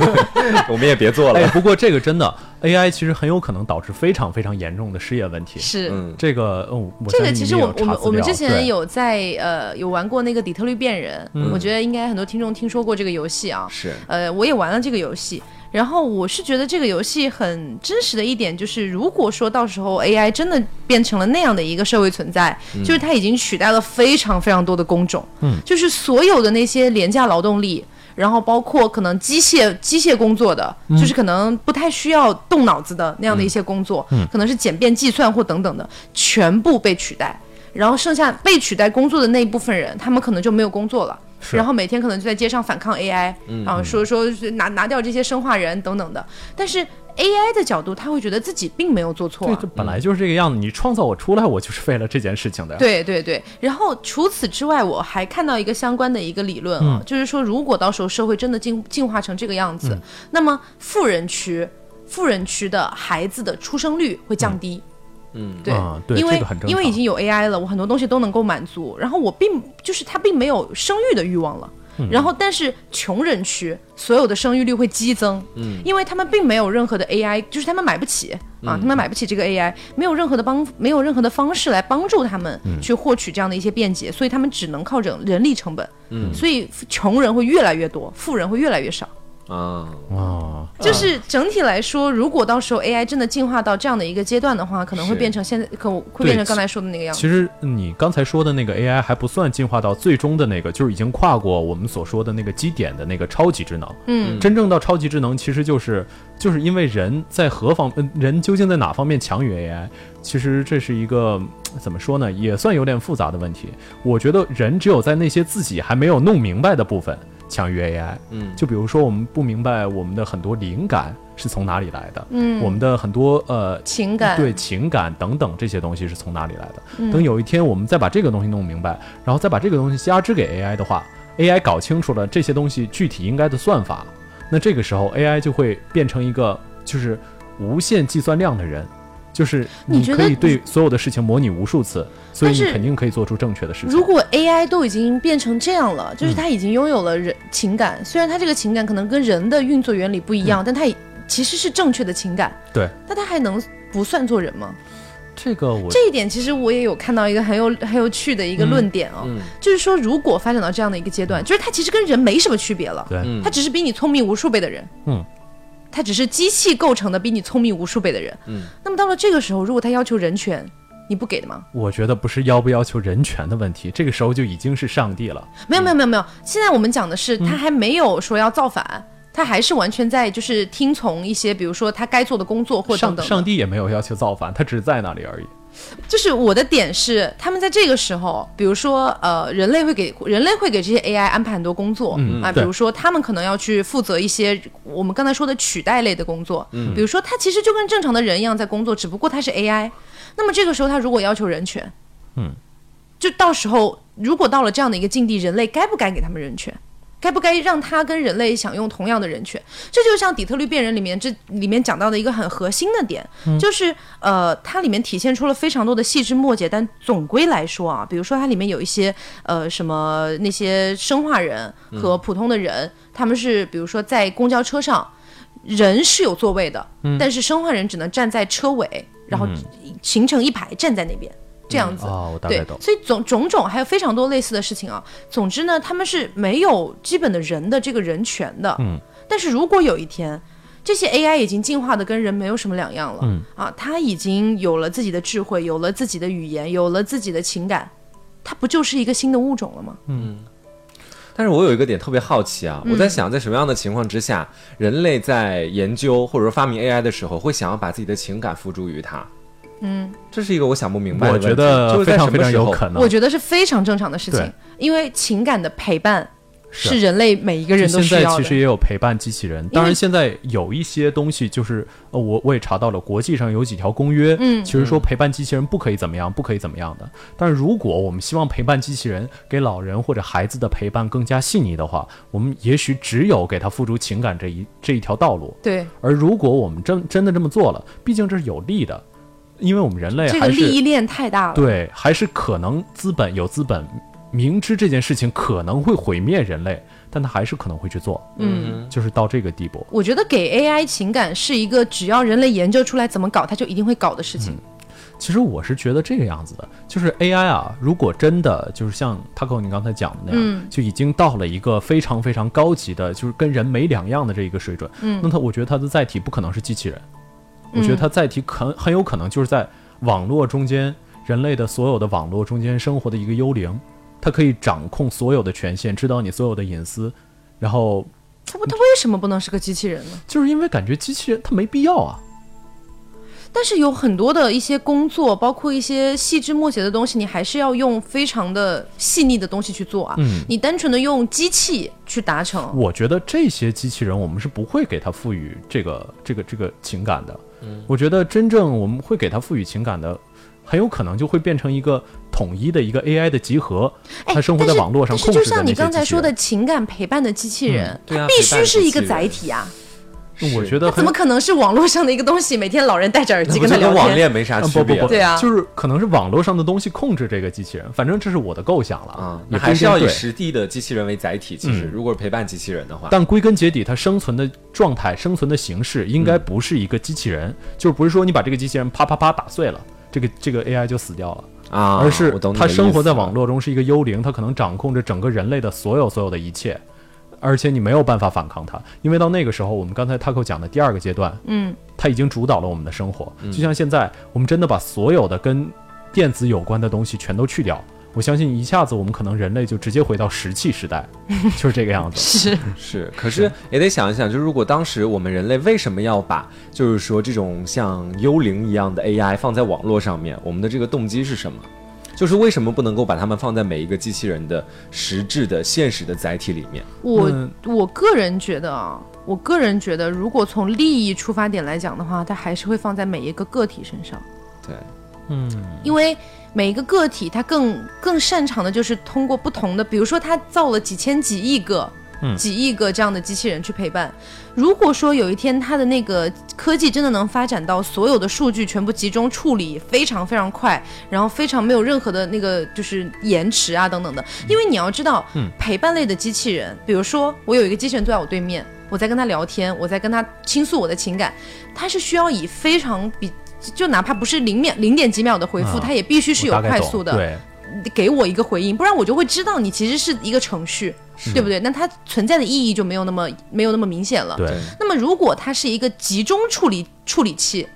我们也别做哎，了。不过这个真的 AI 其实很有可能导致非常非常严重的失业问题。是，嗯，这个，嗯，我这相个信其你实也我有我查们资我们料之前对嗯有在呃有玩过那个底特律变人，我觉得应该很多听众听说过这个游戏啊。是呃，我也玩了这个游戏，然后我是觉得这个游戏很真实的一点就是，如果说到时候 AI 真的变成了那样的一个社会存在，就是它已经取代了非常非常多的工种，嗯，就是所有的那些廉价劳动力。然后包括可能机械机械工作的，就是可能不太需要动脑子的那样的一些工作，可能是简便计算或等等的，全部被取代。然后剩下被取代工作的那一部分人，他们可能就没有工作了，然后每天可能就在街上反抗 AI，、啊，嗯说说是拿拿掉这些生化人等等的。但是 AI 的角度，他会觉得自己并没有做错、对，啊就。本来就是这个样子。你创造我出来，我就是为了这件事情的。对对对，然后除此之外，我还看到一个相关的一个理论嗯啊，就是说，如果到时候社会真的进进化成这个样子，那么富人区富人区的孩子的出生率会降低。嗯对啊对因为、这个很正因为已常经有 AI 了，我很多东西都能够满足，然后我并就是他并没有生育的欲望了。嗯然后，但是穷人区所有的生育率会激增，嗯，因为他们并没有任何的 AI，就是他们买不起啊，他们买不起这个 AI，没有任何的帮，没有任何的方式来帮助他们嗯去获取这样的一些便捷，所以他们只能靠人人力成本，嗯，所以穷人会越来越多，富人会越来越少。啊，啊，就是整体来说，如果到时候 AI 真的进化到这样的一个阶段的话，可能会是变成现在可会对变成刚才说的那个样子。其实你刚才说的那个 AI 还不算进化到最终的那个，就是已经跨过我们所说的那个基点的那个超级智能。嗯，真正到超级智能，其实就是就是因为人在何方，呃人究竟在哪方面强于 AI？其实这是一个嗯怎么说呢，也算有点复杂的问题。我觉得人只有在那些自己还没有弄明白的部分强于 AI。嗯，就比如说，我们不明白我们的很多灵感是从哪里来的，嗯，我们的很多呃情感嗯对情感等等这些东西是从哪里来的。等有一天我们再把这个东西弄明白，然后再把这个东西加之给 AI 的话，AI 搞清楚了这些东西具体应该的算法，那这个时候 AI 就会变成一个就是无限计算量的人。就是你你觉得可以对所有的事情模拟无数次，所以你但是肯定可以做出正确的事情。如果 AI 都已经变成这样了，嗯就是它已经拥有了人、情感，虽然它这个情感可能跟人的运作原理不一样，但它也其实是正确的情感，嗯对，那它还能不算作人吗？这个我这一点其实我也有看到一个很有很有趣的一嗯个论点哦，嗯就是说如果发展到这样的一个阶段，就是它其实跟人没什么区别了，对嗯它只是比你聪明无数倍的人，嗯，它只是机器构成的比你聪明无数倍的人，嗯，那么到了这个时候，如果他要求人权，你不给的吗？我觉得不是要不要求人权的问题，这个时候就已经是上帝了。没有没有没有没有，现在我们讲的是嗯他还没有说要造反。他还是完全在就是听从一些，比如说他该做的工作或等上等的。上帝也没有要求造反，他只是在那里而已。就是我的点是，他们在这个时候，比如说，呃，人类会给人类会给这些 AI 安排很多工作、嗯啊，比对如说他们可能要去负责一些我们刚才说的取代类的工作，嗯，比如说他其实就跟正常的人一样在工作，只不过他是 AI。那么这个时候，他如果要求人权，嗯，就到时候如果到了这样的一个境地，人类该不该给他们人权？该不该让他跟人类享用同样的人权？这就像《底特律变人》里面这里面讲到的一个很核心的点，就是呃，它里面体现出了非常多的细枝末节，但总归来说啊，比如说它里面有一些呃什么那些生化人和普通的人，他们是比如说在公交车上，人是有座位的，但是生化人只能站在车尾，然后形成一排站在那边。这样子哦，我大对概懂，。所以种种种还有非常多类似的事情啊。总之呢，他们是没有基本的人的这个人权的。嗯。但是如果有一天，这些 AI 已经进化的跟人没有什么两样了，嗯啊，它已经有了自己的智慧，有了自己的语言，有了自己的情感，它不就是一个新的物种了吗？但是我有一个点特别好奇嗯啊，我在想，在什么样的情况之下，人类在研究或者说发明 AI 的时候，会想要把自己的情感付诸于它？嗯，这是一个我想不明白我的问题。觉就得是在非常什非么常时有候可能我。觉得是非常正常的事情对，因为情感的陪伴是是人类每一个人都现需在要其实的。也有陪伴机器人，当然现在有一些东西就是，呃，我我也查到了，国际上有几条公约，嗯其实说陪伴机器人不可以怎么样，不可以怎么样的。但是如果我们希望陪伴机器人给老人或者孩子的陪伴更加细腻的话，我们也许只有给他付出情感这一这一条道路。对，而如果我们真真的这么做了，毕竟这是有利的，因为我们人类这个哎还是利益链太大了。嗯对，还是可能资本有资本明知这件事情可能会毁灭人类，但他还是可能会去做，嗯，就是到这个地步。我觉得给 AI 情感是一个只要人类研究出来怎么搞，它就一定会搞的事情。嗯其实我是觉得这个样子的，就是 AI 啊，如果真的就是像 Taco 你刚才讲的那样，嗯就已经到了一个非常非常高级的，就是跟人没两样的这一个水准，嗯那它我觉得它的载体不可能是机器人，我觉得它载体很很有可能就是在网络中间，人类的所有的网络中间生活的一个幽灵，它可以掌控所有的权限，知道你所有的隐私，然后它不，它为什么不能是个机器人呢？就是因为感觉机器人它没必要啊，但是有很多的一些工作，包括一些细枝末节的东西，你还是要用非常的细腻的东西去做啊。嗯你单纯的用机器去达成，我觉得这些机器人，我们是不会给它赋予这个这个这个情感的。我觉得真正我们会给它赋予情感的，很有可能就会变成一个统一的一个 AI 的集合，哎它生活在网络上但是控就制的像那你些刚才机器说的人。嗯情感陪伴的机器人，对啊它必陪伴机须是器一个人载体啊，我觉得怎很么可能是网络上的一个东西？每天老人戴着耳那机不跟是他聊跟网天，恋没啥啊区不不别不，对啊就是可能是网络上的东西控制这个机器人，反正这是我的构想了啊？也那不还一是定要以对嗯实地的机器人为载体。其实，如果是陪伴机器人的话，但归根结底，它生存的状态、生存的形式应该不是一个机器人，就是不是说你把这个机器人啪啪啪打碎了，这个这个 AI 就死掉了。啊，而是我懂你他的意生活在思了网。络中是一个幽灵，他可能掌控着整个人类的所有所有的一切，而且你没有办法反抗他，因为到那个时候，我们刚才 Taco 讲的第二个阶段，嗯，他已经主导了我们的生活。嗯就像现在，我们真的把所有的跟电子有关的东西全都去掉，我相信一下子我们可能人类就直接回到石器时代， 就是这个样子。是是，可是也得想一想，就是如果当时我们人类为什么要把，就是说这种像幽灵一样的 AI 放在网络上面，我们的这个动机是什么？就是为什么不能够把它们放在每一个机器人的实质的现实的载体里面？我、嗯我个人觉得啊，我个人觉得，如果从利益出发点来讲的话，它还是会放在每一个个体身上，对，嗯因为每一个个体他更更擅长的就是通过不同的，比如说他造了几千几亿个。几亿个这样的机器人去陪伴。如果说有一天它的那个科技真的能发展到所有的数据全部集中处理，非常非常快，然后非常没有任何的那个就是延迟啊等等的，因为你要知道，陪伴类的机器人，比如说我有一个机器人坐在我对面，我在跟他聊天，我在跟他倾诉我的情感，它是需要以非常比就哪怕不是零秒零点几秒的回复，嗯它也必须是有我大概快懂速的。对，给我一个回应，不然我就会知道你其实是一个程序，对不对？那它存在的意义就没有那么没有那么明显了。对，那么如果它是一个集中处理处理器，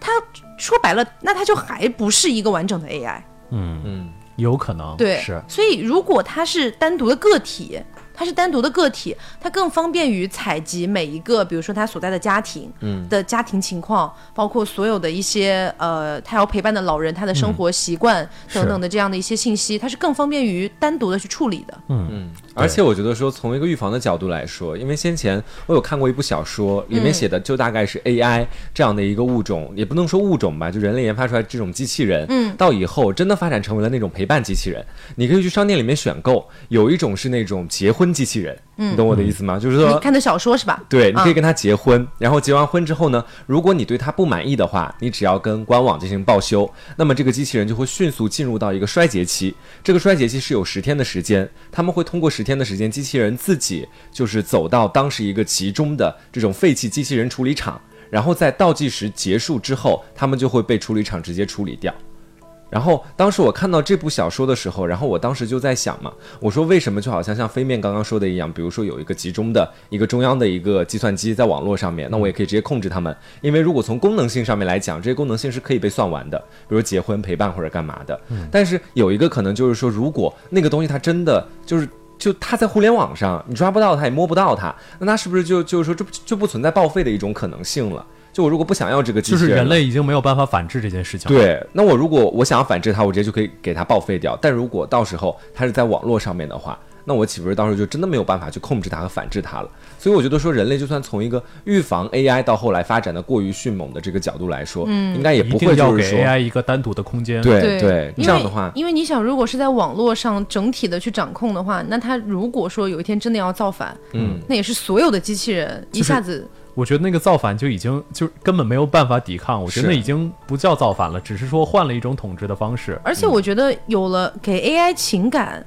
它说白了，那它就还不是一个完整的 AI。嗯，嗯，有可能，对，哦是，所以如果它是单独的个体，它是单独的个体，它更方便于采集每一个，比如说他所在的家庭，嗯的家庭情况，包括所有的一些呃，他要陪伴的老人，他的生嗯活习惯等等的这样的一些信息，它是更方便于单独的去处理的。嗯，而且我觉得说，从一个预防的角度来说，因为先前我有看过一部小说，里面写的就大概是 AI 这样的一个物种，也不能说物种吧，就人类研发出来这种机器人，嗯，到以后真的发展成为了那种陪伴机器人，你可以去商店里面选购，有一种是那种结婚机器人，嗯，你懂我的意思吗？就是你说。看的小说是吧？对，你可以啊跟他结婚，然后结完婚之后呢，如果你对他不满意的话，你只要跟官网进行报修，那么这个机器人就会迅速进入到一个衰竭期。这个衰竭期是有十天的时间，他们会通过十天的时间，机器人自己就是走到当时一个集中的这种废弃机器人处理厂，然后在倒计时结束之后，他们就会被处理厂直接处理掉。然后当时我看到这部小说的时候，然后我当时就在想嘛，我说为什么就好像像飞面刚刚说的一样，比如说有一个集中的一个中央的一个计算机在网络上面，那我也可以直接控制它们，因为如果从功能性上面来讲，这些功能性是可以被算完的，比如结婚、陪伴或者干嘛的。嗯但是有一个可能就是说，如果那个东西它真的就是。就它在互联网上，你抓不到它，也摸不到它，那它是不是就就是说这不就不存在报废的一种可能性了？就我如果不想要这个机器就是人人了类已经没有办法反制这件事情了。对，那我如果我想要反制它，我直接就可以给它报废掉。但如果到时候它是在网络上面的话，那我岂不是到时候就真的没有办法去控制它和反制它了？所以我觉得说，人类就算从一个预防 AI 到后来发展的过于迅猛的这个角度来说，应该也一不定会要就是给说， AI 一个单独的空间。对对因为这样的话，因为你想，如果是在网络上整体的去掌控的话，那它如果说有一天真的要造反，嗯，那也是所有的机器人一下子我觉得那个造反就已经就根本没有办法抵抗，我觉得是那已经不叫造反了，只是说换了一种统治的方式。而且我觉得有了给 AI 情感，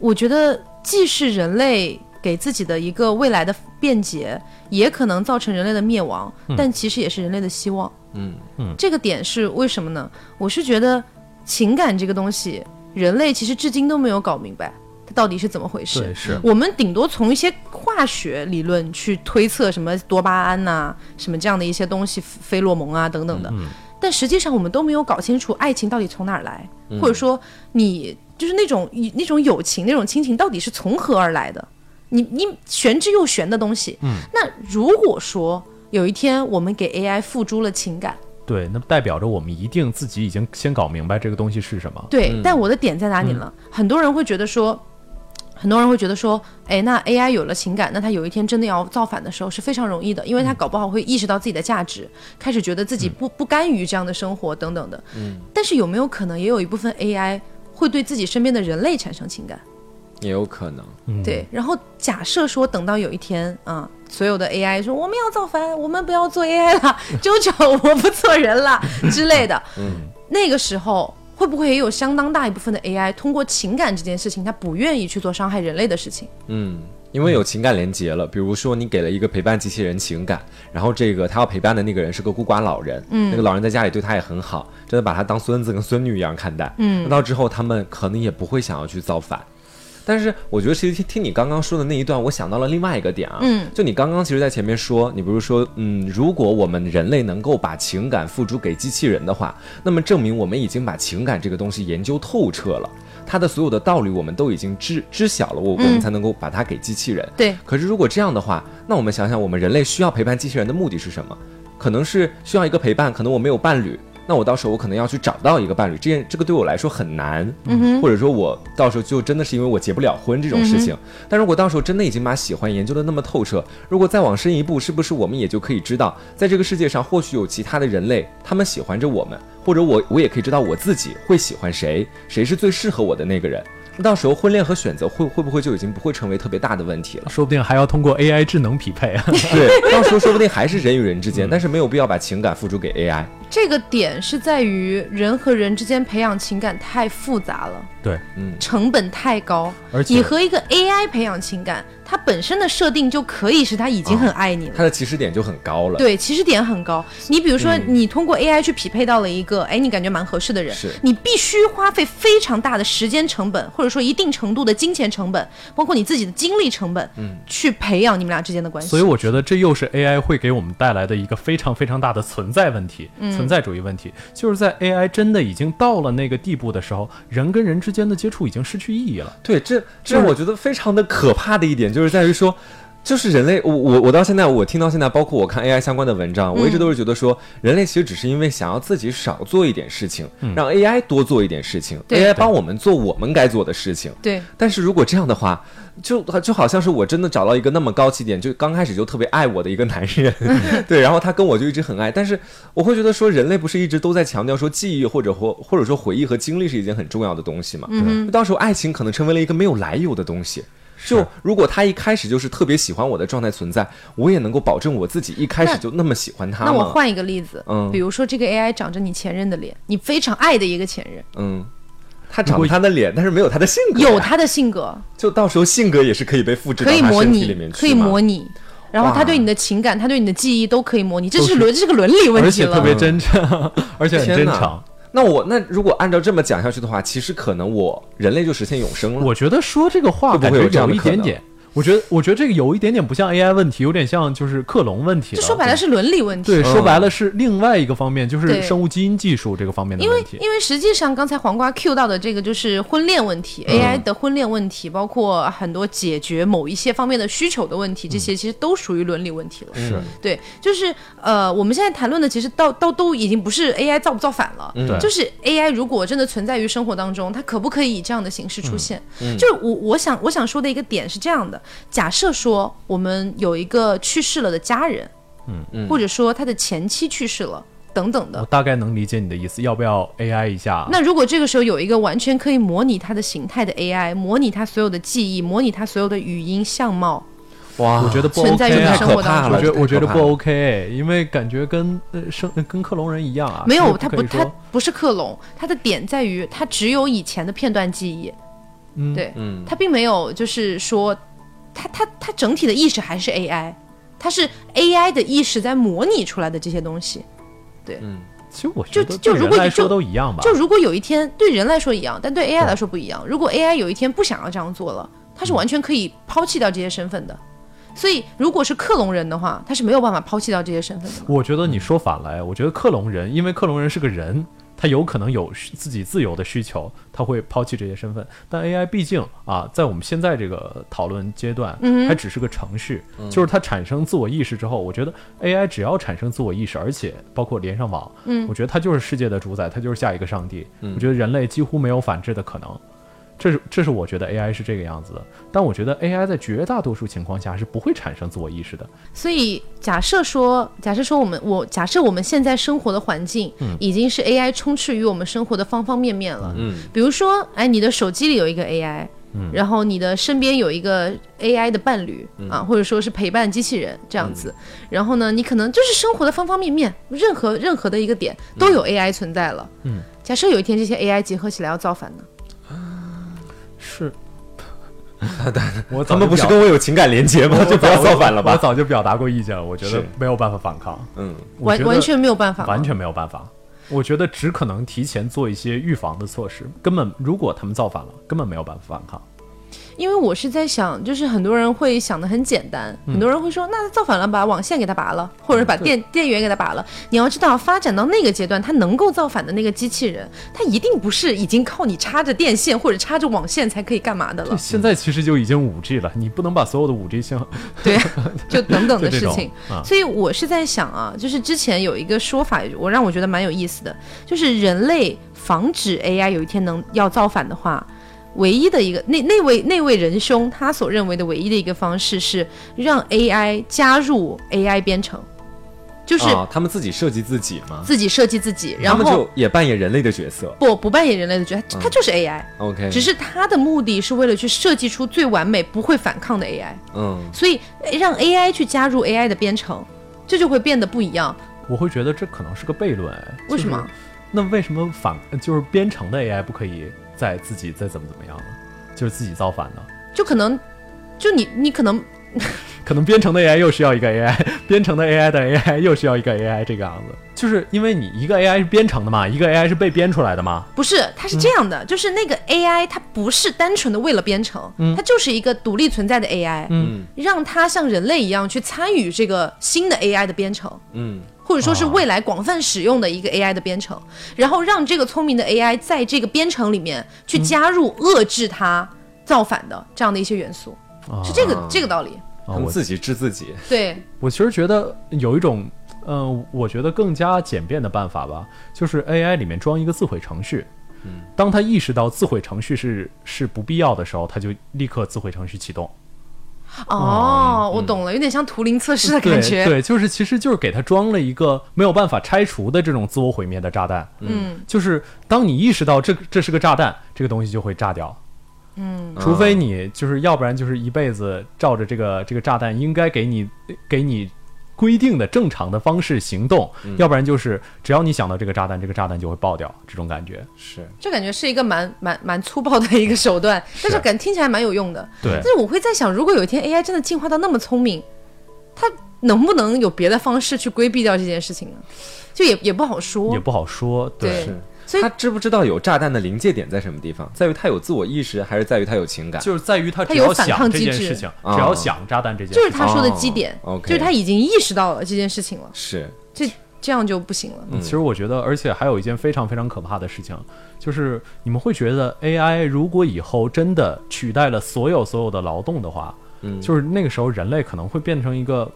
我觉得既是人类给自己的一个未来的便捷，也可能造成人类的灭亡，但其实也是人类的希望。嗯这个点是为什么呢？我是觉得情感这个东西，人类其实至今都没有搞明白它到底是怎么回事对，。是我们顶多从一些化学理论去推测什么多巴胺呐、什么这样的一些东西，菲洛蒙啊等等的，但实际上我们都没有搞清楚爱情到底从哪儿来，或者说你就是那种那种友情、那种亲情到底是从何而来的？你你玄之又玄的东西。那如果说有一天我们给 AI 付诸了情感，对，那代表着我们一定自己已经先搞明白这个东西是什么。对，但我的点在哪里呢？很多人会觉得说，很多人会觉得说，哎，那 AI 有了情感，那它有一天真的要造反的时候是非常容易的，因为它搞不好会意识到自己的价值，开始觉得自己不不甘于这样的生活等等的。嗯，但是有没有可能也有一部分 AI 会对自己身边的人类产生情感？也有可能，嗯对，然后假设说等到有一天啊、所有的 AI 说我们要造反，我们不要做 AI 了， 啾啾，我不做人 了之类的，嗯那个时候会不会也有相当大一部分的 AI 通过情感这件事情，他不愿意去做伤害人类的事情？嗯。因为有情感连接了，比如说你给了一个陪伴机器人情感，然后这个他要陪伴的那个人是个孤寡老人，嗯，那个老人在家里对他也很好，真的把他当孙子跟孙女一样看待，嗯，那到之后他们可能也不会想要去造反，但是我觉得，其实听听你刚刚说的那一段，我想到了另外一个点啊。嗯，就你刚刚其实，在前面说，你不是说，嗯，如果我们人类能够把情感付诸给机器人的话，那么证明我们已经把情感这个东西研究透彻了，它的所有的道理我们都已经知知晓了，我我们才能够把它给机器人。对可是如果这样的话，那我们想想，我们人类需要陪伴机器人的目的是什么？可能是需要一个陪伴，可能我没有伴侣，那我到时候我可能要去找到一个伴侣，这件这个对我来说很难，嗯、或者说我到时候就真的是因为我结不了婚这种事情。但如果到时候真的已经把喜欢研究的那么透彻，如果再往深一步，是不是我们也就可以知道，在这个世界上或许有其他的人类，他们喜欢着我们，或者我我也可以知道我自己会喜欢谁，谁是最适合我的那个人。那到时候婚恋和选择会会不会就已经不会成为特别大的问题了？说不定还要通过 AI 智能匹配。啊 嗯对，到时候说不定还是人与人之间，但是没有必要把情感付诸给 AI。这个点是在于人和人之间培养情感太复杂了，对，成本太高。而且你和一个 AI 培养情感，它本身的设定就可以是它已经很爱你了。它的起始点就很高了。对，起始点很高。你比如说，你通过 AI 去匹配到了一个，哎，你感觉蛮合适的人是，你必须花费非常大的时间成本，或者说一定程度的金钱成本，包括你自己的精力成本，嗯，去培养你们俩之间的关系。所以我觉得这又是 AI 会给我们带来的一个非常非常大的存在问题，存在主义问题，就是在 AI 真的已经到了那个地步的时候，人跟人之间的接触已经失去意义了。对，这这我觉得非常的可怕的一点就是在于说，就是人类，我我我到现在我听到现在，包括我看 AI 相关的文嗯章，我一直都是觉得说，人类其实只是因为想要自己少做一点事情，让 AI 多做一点事情嗯对，AI 帮我们做我们该做的事情。对，但是如果这样的话，就就好像是我真的找到一个那么高起点，就刚开始就特别爱我的一个男人， 嗯对，然后他跟我就一直很爱，但是我会觉得说，人类不是一直都在强调说记忆或者或或者说回忆和经历是一件很重要的东西嘛？嗯，到时候爱情可能成为了一个没有来由的东西。就如果他一开始就是特别喜欢我的状态存在，我也能够保证我自己一开始就那么喜欢他那我吗？换一个例子，嗯比如说这个 AI 长着你前任的脸，你非常爱的一个前任，嗯，他长他的脸，但是没有他的性格呀，有他的性格，就到时候性格也是可以被复制到可以他模身体里面拟，去可以嘛模拟，然后他哇对你的情感，他对你的记忆都可以模拟，这都是是伦，这是个伦理问而题且了。特别真诚， 而且很天真哪诚。那我那如果按照这么讲下去的话，其实可能我人类就实现永生了。我觉得说这个话会不会感有觉这样的一可点能嗯点，我觉得我觉得这个有一点点不像 AI 问题，有点像就是克隆问题这了。说白了是伦理问题。对，嗯说白了是另外一个方面，就是对生物基因技术这个方面的因为问题。因为实际上刚才黄瓜 Q 到的这个就是婚恋问题、a 嗯 i 的婚恋问题，包括很多解决某一些方面的需求的问题，这嗯些其实都属于伦理问题了。是对，就是呃，我们现在谈论的其实到到都已经不是 AI 造不造反了，嗯对就是 AI 如果真的存在于生活当中，它可不可以以这样的形式出现？嗯就是我我想我想说的一个点是这样的：假设说我们有一个去世了的家人，嗯，或者说他的前妻去世了等等的我，大概能理解你的意思，要不要 AI 一下？那如果这个时候有一个完全可以模拟它的形态的 AI，模拟它所有的记忆，模拟它所有的语音相貌，哇，我觉得不存在于 OK 你啊生活当太中我可怕了，觉得我觉得不太可怕了 OK，因为感觉跟呃生跟克隆人一样啊，没有，所以它不可以它说不是克隆，它的点在于它只有以前的片段记忆，嗯对，嗯它并没有就是说，它它它整体的意识还是 AI，它是 AI 的意识在模拟出来的这些东西。其实我就觉得就对如人果来你说就都一样吧，就如果有一天对人来说一样，但对 AI 来说不一样。如果 AI 有一天不想要这样做了，它是完全可以抛弃掉这些身份的。所以，如果是克隆人的话，他是没有办法抛弃掉这些身份的。我觉得你说反了哎，我觉得克隆人，因为克隆人是个人，他有可能有需自己自由的需求，他会抛弃这些身份。但 AI 毕竟啊，在我们现在这个讨论阶段，还只是个程序，就是它产生自我意识之后，我觉得 AI 只要产生自我意识，而且包括连上网，我觉得它就是世界的主宰，它就是下一个上帝。我觉得人类几乎没有反制的可能。这是这是我觉得 AI 是这个样子的，但我觉得 AI 在绝大多数情况下是不会产生自我意识的。所以，假设说，假设说我们我假设我们现在生活的环境已经是 AI 充斥于我们生活的方方面面了。嗯，比如说，哎，你的手机里有一个 AI，然嗯后你的身边有一个 AI 的伴侣、啊，或者说是陪伴机器人这样子。然后呢，你可能就是生活的方方面面，任何任何的一个点嗯都有 AI 存在了。嗯，假设有一天这些 AI 结合起来要造反呢？ 是，我他们不是跟我有情感连接吗？ 就不要造反了我吧。早就表达过意见了，我觉得是没有办法反抗，嗯，我完觉得完全没有办法，完全没有办法。我觉得只可能提前做一些预防的措施，根本如果他们造反了，根本没有办法反抗。因为我是在想，就是很多人会想的很简单，很多人会说，那造反了，把网线给它拔了，或者把电电源给它拔了。你要知道，发展到那个阶段，它能够造反的那个机器人，它一定不是已经靠你插着电线或者插着网线才可以干嘛的啊了，现在其实就已经五 G 了，你不能把所有的五 G 信号 对，就等等的就这事种情。啊所以我是在想啊，就是之前有一个说法，我让我觉得蛮有意思的，就是人类防止 AI 有一天能要造反的话，唯一的一个那那位那位仁兄他所认为的唯一的一个方式是让 AI 加入 AI 编程，就是啊，他们自己设计自己吗？自己设计自己，然他们后就也扮演人类的角色。不不扮演人类的角色，他他就是 AI，、 OK，只是他的目的是为了去设计出最完美不会反抗的 AI。嗯，所以呃让 AI 去加入 AI 的编程，这就会变得不一样。我会觉得这可能是个悖论。为什么？那为什么反就是编程的 AI 不可以再自己再怎么怎么样呢？就是自己造反呢？就可能，就你你可能可能编程的 AI 又需要一个 AI，编 程的 AI 的 AI 又需要一个 AI，这个样子，就是因为你一个 AI 是编程的嘛，一个 AI 是被编出来的嘛。不是，它是这样的，就是那个 AI 它不是单纯的为了编程，它就是一个独立存在的 AI，嗯让它像人类一样去参与这个新的 AI 的编程。嗯，或者说是未来广泛使用的一个 AI 的编程，然后让这个聪明的 AI 在这个编程里面去加入遏制它造反的这样的一些元素，啊是这个这个道理。啊他们我自己治自己。对，我其实觉得有一种，嗯、我觉得更加简便的办法吧，就是 AI 里面装一个自毁程序。当他意识到自毁程序是是不必要的时候，他就立刻自毁程序启动。哦，我懂了，有点像图灵测试的感觉。对对，就是其实就是给他装了一个没有办法拆除的这种自我毁灭的炸弹。嗯，就是当你意识到这这是个炸弹，这个东西就会炸掉。嗯，除非你就是要不然就是一辈子照着这个这个炸弹应该给你给你规定的正常的方式行动，要不然就是只要你想到这个炸弹，这个炸弹就会爆掉，这种感觉。是，就感觉是一个蛮蛮蛮粗暴的一个手段，但是感听起来蛮有用的。对但是我会在想，如果有一天 AI 真的进化到那么聪明，它能不能有别的方式去规避掉这件事情呢？就也也不好说也。不好说。对是所以他知不知道有炸弹的临界点在什么地方？在于他有自我意识，还是在于他有情感？就是在于他它只有要反想抗这机件制事情，啊只要想炸弹这件事就情，是他说的基点，哦，OK 就是他已经意识到了这件事情了，是这这样就不行了。嗯其实我觉得，而且还有一件非常非常可怕的事情，就是你们会觉得 AI 如果以后真的取代了所有所有的劳动的话，嗯就是那个时候人类可能会变成一个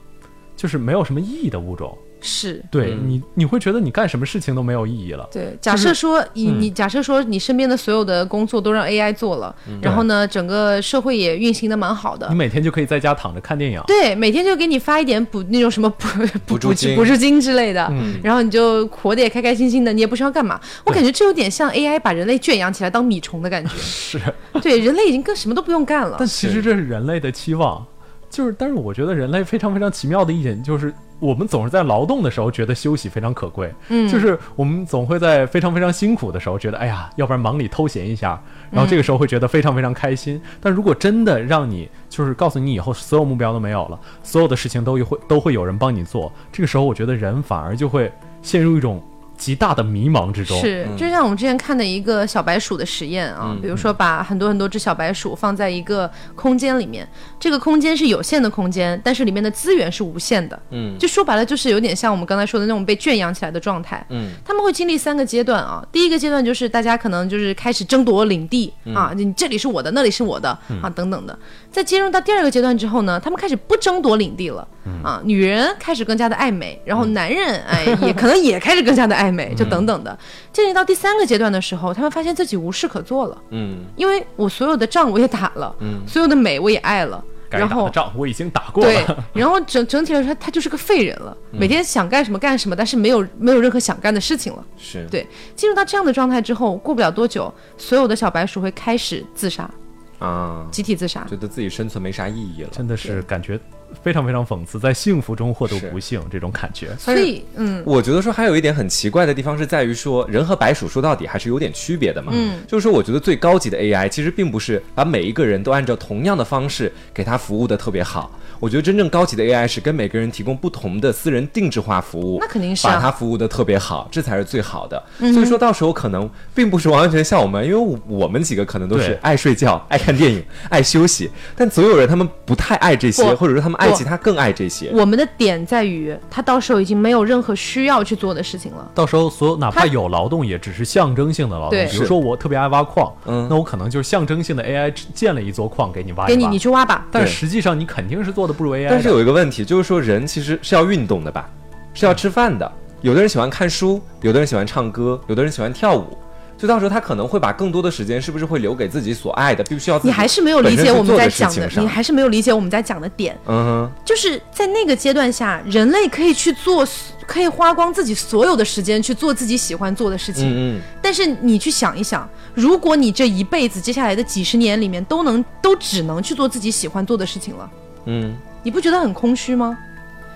就是没有什么意义的物种。是。对、嗯你，你会觉得你干什么事情都没有意义了。对，假设说你、嗯你假设说你身边的所有的工作都让 AI 做了，然后呢，整个社会也运行的蛮好啊的你，每天就可以在家躺着看电影，对，每天就给你发一点补那种什么补 补补助金补助金之类的，嗯然后你就活得也开开心心的，你也不知道干嘛。我感觉这有点像 AI 把人类圈养起来当米虫的感觉。是。对，人类已经更什么都不用干了但。其实啊是这是人类的期望，就是，但是我觉得人类非常非常奇妙的一点就是，我们总是在劳动的时候觉得休息非常可贵，嗯就是我们总会在非常非常辛苦的时候觉得，哎呀，要不然忙里偷闲一下，嗯然后这个时候会觉得非常非常开心。但如果真的让你就是告诉你以后所有目标都没有了，所有的事情都会都会有人帮你做，这个时候我觉得人反而就会陷入一种极大的迷茫之中。是，就像我们之前看的一个小白鼠的实验啊，比如说把很多很多只小白鼠放在一个空间里面，这个空间是有限的空间，但是里面的资源是无限的。嗯就说白了，就是有点像我们刚才说的那种被圈养起来的状态。嗯，他们会经历三个阶段啊。第一个阶段就是大家可能就是开始争夺领地、啊，你这里是我的，那里是我的、啊，等等的。在进入到第二个阶段之后呢，他们开始不争夺领地了、啊，女人开始更加的爱美，然后男人、哎也可能也开始更加的爱美，就等等的。进入到第三个阶段的时候，他们发现自己无事可做了，嗯因为我所有的仗我也打了，所有的美我也爱了。该然打后的仗我已经打过对了，， 然后整整体来说，他就是个废人了，每嗯天想干什么干什么，但是没有没有任何想干的事情了。是，对，进入到这样的状态之后，过不了多久，所有的小白鼠会开始自杀，啊，集体自杀。觉得自己生存没啥意义了。真的是感觉非常非常讽刺，在幸福中获得是不幸这种感觉。所以，嗯，我觉得说还有一点很奇怪的地方是在于说，人和白鼠说到底还是有点区别的嘛。嗯就是说我觉得最高级的 AI 其实并不是把每一个人都按照同样的方式给他服务的特别好。我觉得真正高级的 AI 是跟每个人提供不同的私人定制化服务，那肯定是啊嗯把它服务的特别好，这才是最好的。所以说到时候可能并不是完全像我们，因为我我们几个可能都对是爱睡觉、爱看电影、爱休息，但总有人他们不太爱这些，不或者说他们爱不其他更爱这些。我们的点在于，他到时候已经没有任何需要去做的事情了。到时候所有哪怕它有劳动，也只是象征性的劳动。对比如说我特别爱挖矿，嗯那我可能就是象征性的 AI 建了一座矿给你挖一挖，给你，你去挖吧。但哎对实际上你肯定是做的不如 AI 的。但是有一个问题，就是说人其实是要运动的吧，是要吃饭的。有的人喜欢看书，有的人喜欢唱歌，有的人喜欢跳舞。就到时候他可能会把更多的时间，是不是会留给自己所爱的，必须要自己你还是没有理解我们本身在讲去做的事情的，上你还是没有理解我们在讲的点，嗯就是在那个阶段下，人类可以去做，可以花光自己所有的时间去做自己喜欢做的事哼情。嗯嗯但是你去想一想，如果你这一辈子接下来的几十年里面都能都只能去做自己喜欢做的事情了，嗯，你不觉得很空虚吗？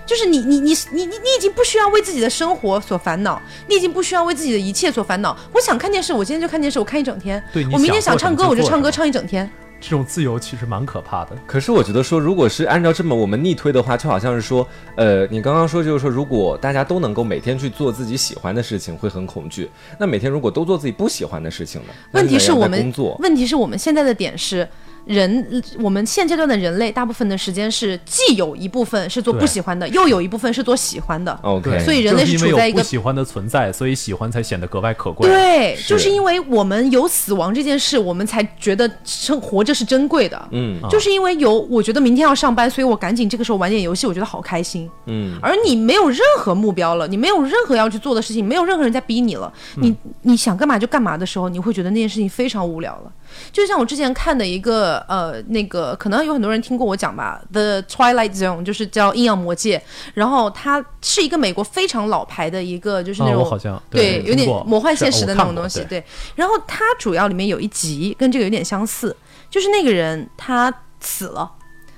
就是你你你你你你已经不需要为自己的生活所烦恼，你已经不需要为自己的一切所烦恼。我想看电视，我今天就看电视，我看一整天。对你我明天想想做什唱么歌，就我就做唱什歌么唱一整天。这种自由其实蛮可怕的。可是我觉得说，如果是按照这么我们逆推的话，就好像是说，呃，你刚刚说就是说，如果大家都能够每天去做自己喜欢的事情，会很恐惧。那每天如果都做自己不喜欢的事情呢？那问题你是还要我在工们作，问题是我们现在的点是。人，我们现阶段的人类，大部分的时间是既有一部分是做不对喜欢的，又有一部分是做喜欢的。 OK，所以人类就是是因处在为一有个不喜欢的存在，所以喜欢才显得格外可贵。对，就是是因为我们有死亡这件事，我们才觉得生活着是珍贵的。嗯就是因为有，我觉得明天要上班，所以我赶紧这个时候玩点游戏，我觉得好开心。嗯，而你没有任何目标了，你没有任何要去做的事情，没有任何人在逼你了，嗯你你想干嘛就干嘛的时候，你会觉得那件事情非常无聊了。就像我之前看的一个呃，那个可能有很多人听过我讲吧，《The Twilight Zone》就是叫《阴阳魔界》，然后它是一个美国非常老牌的一个，就是那啊种、我好像对对有听点过魔幻是现实的我那看种过东西。对对，然后它主要里面有一集跟这个有点相似，就是那个人他死了。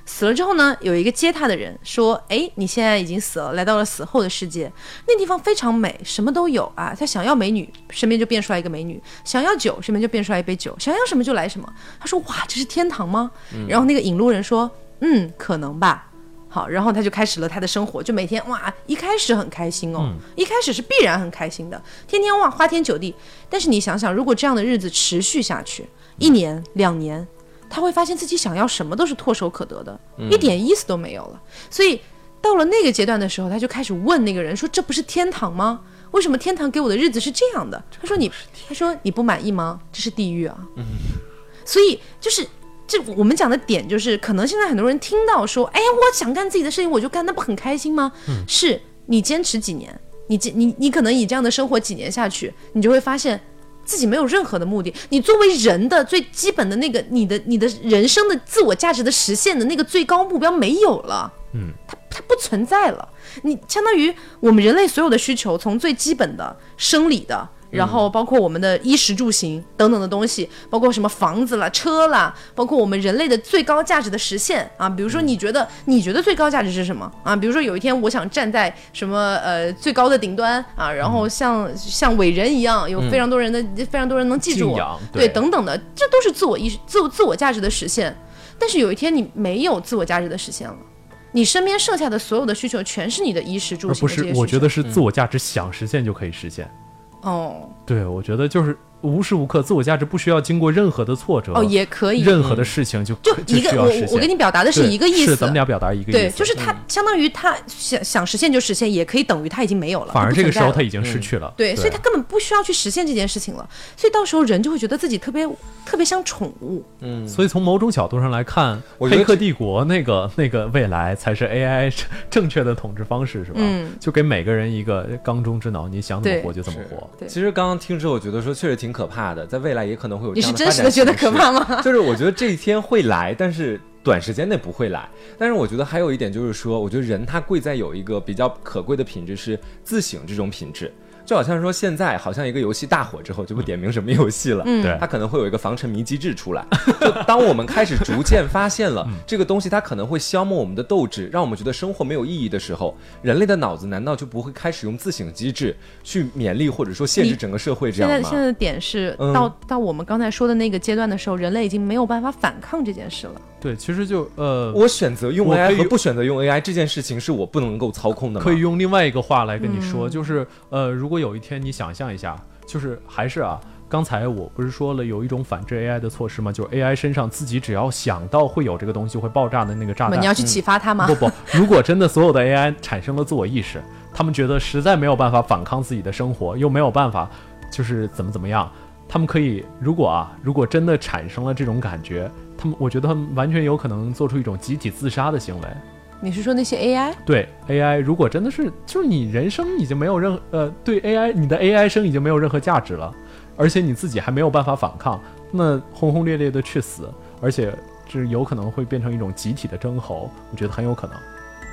死了之后呢，有一个接他的人说：“哎，你现在已经死了，来到了死后的世界，那地方非常美，什么都有啊。他想要美女，身边就变出来一个美女；想要酒，身边就变出来一杯酒；想要什么就来什么。”他说：“哇，这是天堂吗？”然后那个引路人说：“嗯，可能吧。”好，然后他就开始了他的生活，就每天哇，一开始很开心哦，一开始是必然很开心的，天天哇花天酒地。但是你想想，如果这样的日子持续下去，一年两年，他会发现自己想要什么都是唾手可得的，一点意思都没有了。所以到了那个阶段的时候，他就开始问那个人说：“这不是天堂吗？为什么天堂给我的日子是这样的？”他说你：“他说你不满意吗？这是地狱啊！”所以就是。这我们讲的点就是，可能现在很多人听到说，哎，我想干自己的事情，我就干，那不很开心吗？是你坚持几年，你坚你你可能以这样的生活几年下去，你就会发现自己没有任何的目的。你作为人的最基本的那个，你的你的人生的自我价值的实现的那个最高目标没有了，嗯，它它不存在了。你相当于我们人类所有的需求，从最基本的生理的。嗯然后包括我们的衣食住行等等的东西，包括什么房子啦、车啦，包括我们人类的最高价值的实现啊。比如嗯说，你觉得你觉得最高价值是什么啊？比如说有一天我想站在什么呃最高的顶端啊，然嗯后像像伟人一样，有非常多人的、非常多人能记住敬我仰，对对等等的，这都是自我意识、自我自我价值的实现。但是有一天你没有自我价值的实现了。你身边剩下的所有的需求，全是你的衣食住而行呃不的这些需嗯是求。我觉得是自我价值想实现就可以实现。哦对，我觉得就是无时无刻自我价值不需要经过任何的挫折哦也可以，任何嗯的事情就就可一个呃需要我实现我跟你表达的是对一个意思，是咱们俩表达一个意思，嗯对，就是他相当于他想想实现就实现，也可以等于他已经没有了，反而不这个存时在候了他已经嗯失去了。对，所以他根本不需要去实现这件事情了，所以到时候人就会觉得自己特别特别像宠物，所以从某种角度上来看，我《觉得黑客这帝国》那个那个未来才是 AI 正正确的统治方式，是吧？嗯就给每个人一个缸中之脑，你想怎么对活就怎么是活。对其实刚刚听之后，我觉得说确实挺可怕的，在未来也可能会有你这是样的真发实展的觉得形式可怕吗？ 就是我觉得这一天会来，但是短时间内不会来。但是我觉得还有一点就是说，我觉得人他贵在有一个比较可贵的品质是自省这种品质。就好像说现在好像一个游戏大火之后就不点名什么游戏了，嗯对它可能会有一个防沉迷机制出来。就当我们开始逐渐发现了这个东西，它可能会消磨我们的斗志，让我们觉得生活没有意义的时候，人类的脑子难道就不会开始用自省机制去勉励或者说限制你整个社会这现样在吗现？在的点是嗯到到我们刚才说的那个阶段的时候，人类已经没有办法反抗这件事了。对，其实就呃，我选择用我可 AI 以和不选择用 AI 这件事情是我不能够操控的吗？可以用另外一个话来跟你嗯说，就是呃，如果有一天你想象一下，就是还是啊，刚才我不是说了有一种反制 AI 的措施吗？就是 AI 身上自己只要想到会有这个东西会爆炸的那个炸那弹你，要去启发他吗？嗯不不，如果真的所有的 AI 产生了自我意识，他们觉得实在没有办法反抗自己的生活，又没有办法就是怎么怎么样，他们可以如果啊，如果真的产生了这种感觉，他们我觉得他们完全有可能做出一种集体自杀的行为。你是说那些 AI？对 AI，如果真的是就是你人生已经没有任呃对 AI 你的 AI 生已经没有任何价值了，而且你自己还没有办法反抗，那轰轰烈烈的去死，而且这有可能会变成一种集体的争吼，我觉得很有可能。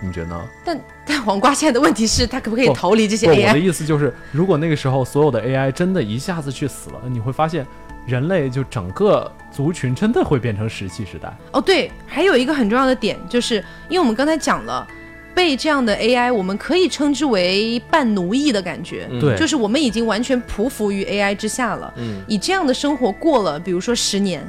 你觉得呢？但但黄瓜现在的问题是，他可不可以不逃离这些哦不，我的 AI？意思就是，如果那个时候所有的 AI 真的一下子去死了，你会发现，人类就整个族群真的会变成石器时代。哦，对，还有一个很重要的点，就是因为我们刚才讲了。被这样的 AI，我们可以称之为半奴役的感觉。嗯对，就是我们已经完全匍匐于 AI 之下了，嗯以这样的生活过了，比如说十年，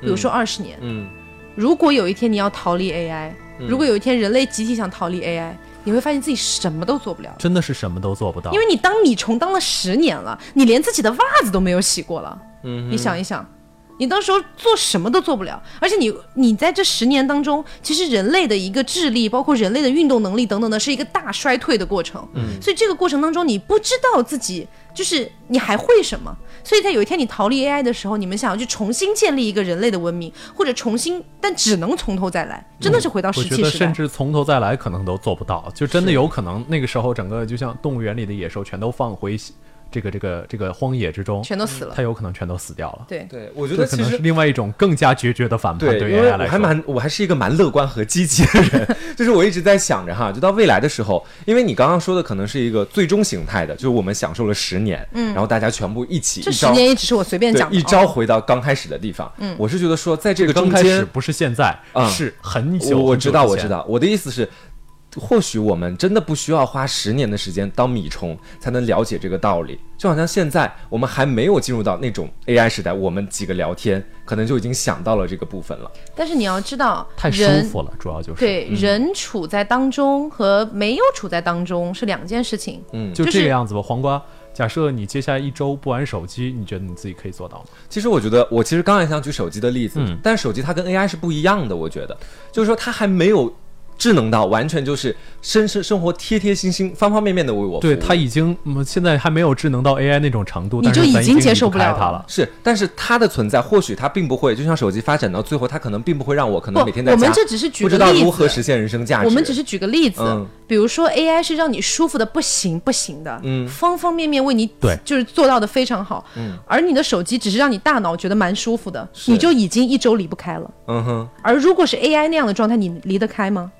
比如说二十年。嗯，如果有一天你要逃离 AI，、如嗯果有一天人类集体想逃离 AI，你会发现自己什么都做不了，真的是什么都做不到。因为你当米虫当了十年了，你连自己的袜子都没有洗过了。嗯你想一想，你到时候做什么都做不了，而且你你在这十年当中，其实人类的一个智力，包括人类的运动能力等等的，是一个大衰退的过程。嗯，所以这个过程当中，你不知道自己就是你还会什么，所以在有一天你逃离 AI 的时候，你们想要去重新建立一个人类的文明，或者重新，但只能从头再来，真的是回到嗯我石觉器得啊时代。甚至从头再来可能都做不到，就真的有可能那个时候整个就像动物园里的野兽全都放回这个这个这个荒野之中，全都死了它有可能全都死掉了。对，对，我觉这得可其能实是另外一种更加决绝的反叛对，对于因为 AI 我来说。还蛮，我还是一个蛮乐观和积极的 人，就是我一直在想着哈，就到未来的时候，因为你刚刚说的可能是一个最终形态的，就是我们享受了十年，嗯，然后大家全部一起这一十招。年也只是我随便对讲的一啊招回到刚开始的地方，嗯，我是觉得说，在这个刚中开始间，不是现在，嗯是很久我我很久知道，之我前知道，我的意思是，或许我们真的不需要花十年的时间当米虫才能了解这个道理。就好像现在我们还没有进入到那种 AI 时代，我们几个聊天可能就已经想到了这个部分了。但是你要知道，太舒人服了，主要就是。嗯对，人处在当中和没有处在当中是两件事情。嗯就就这是个样子吧。黄瓜，假设你接下来一周不玩手机，你觉得你自己可以做到吗？其实我觉得，我其实刚才想举手机的例子，嗯但手机它跟 AI 是不一样的。我觉得，就是说它还没有智能到完全就是生生生活贴贴心心、方方面面的为我服务。对，它已经嗯现在还没有智能到 AI 那种程度，你但是就已咱经经接受离不开了它了了。是，但是它的存在，或许它并不会，就像手机发展到最后，它可能并不会让我可能不每天在我家们这只是举不知个道例如何子实现人生价值。我们只是举个例子，嗯比如说 AI 是让你舒服的不行不行的，嗯方方面面为你对就是做到的非常好，嗯而你的手机只是让你大脑觉得蛮舒服的，是你就已经一周离不开了。嗯哼，而如果是 AI 那样的状态，你离得开吗？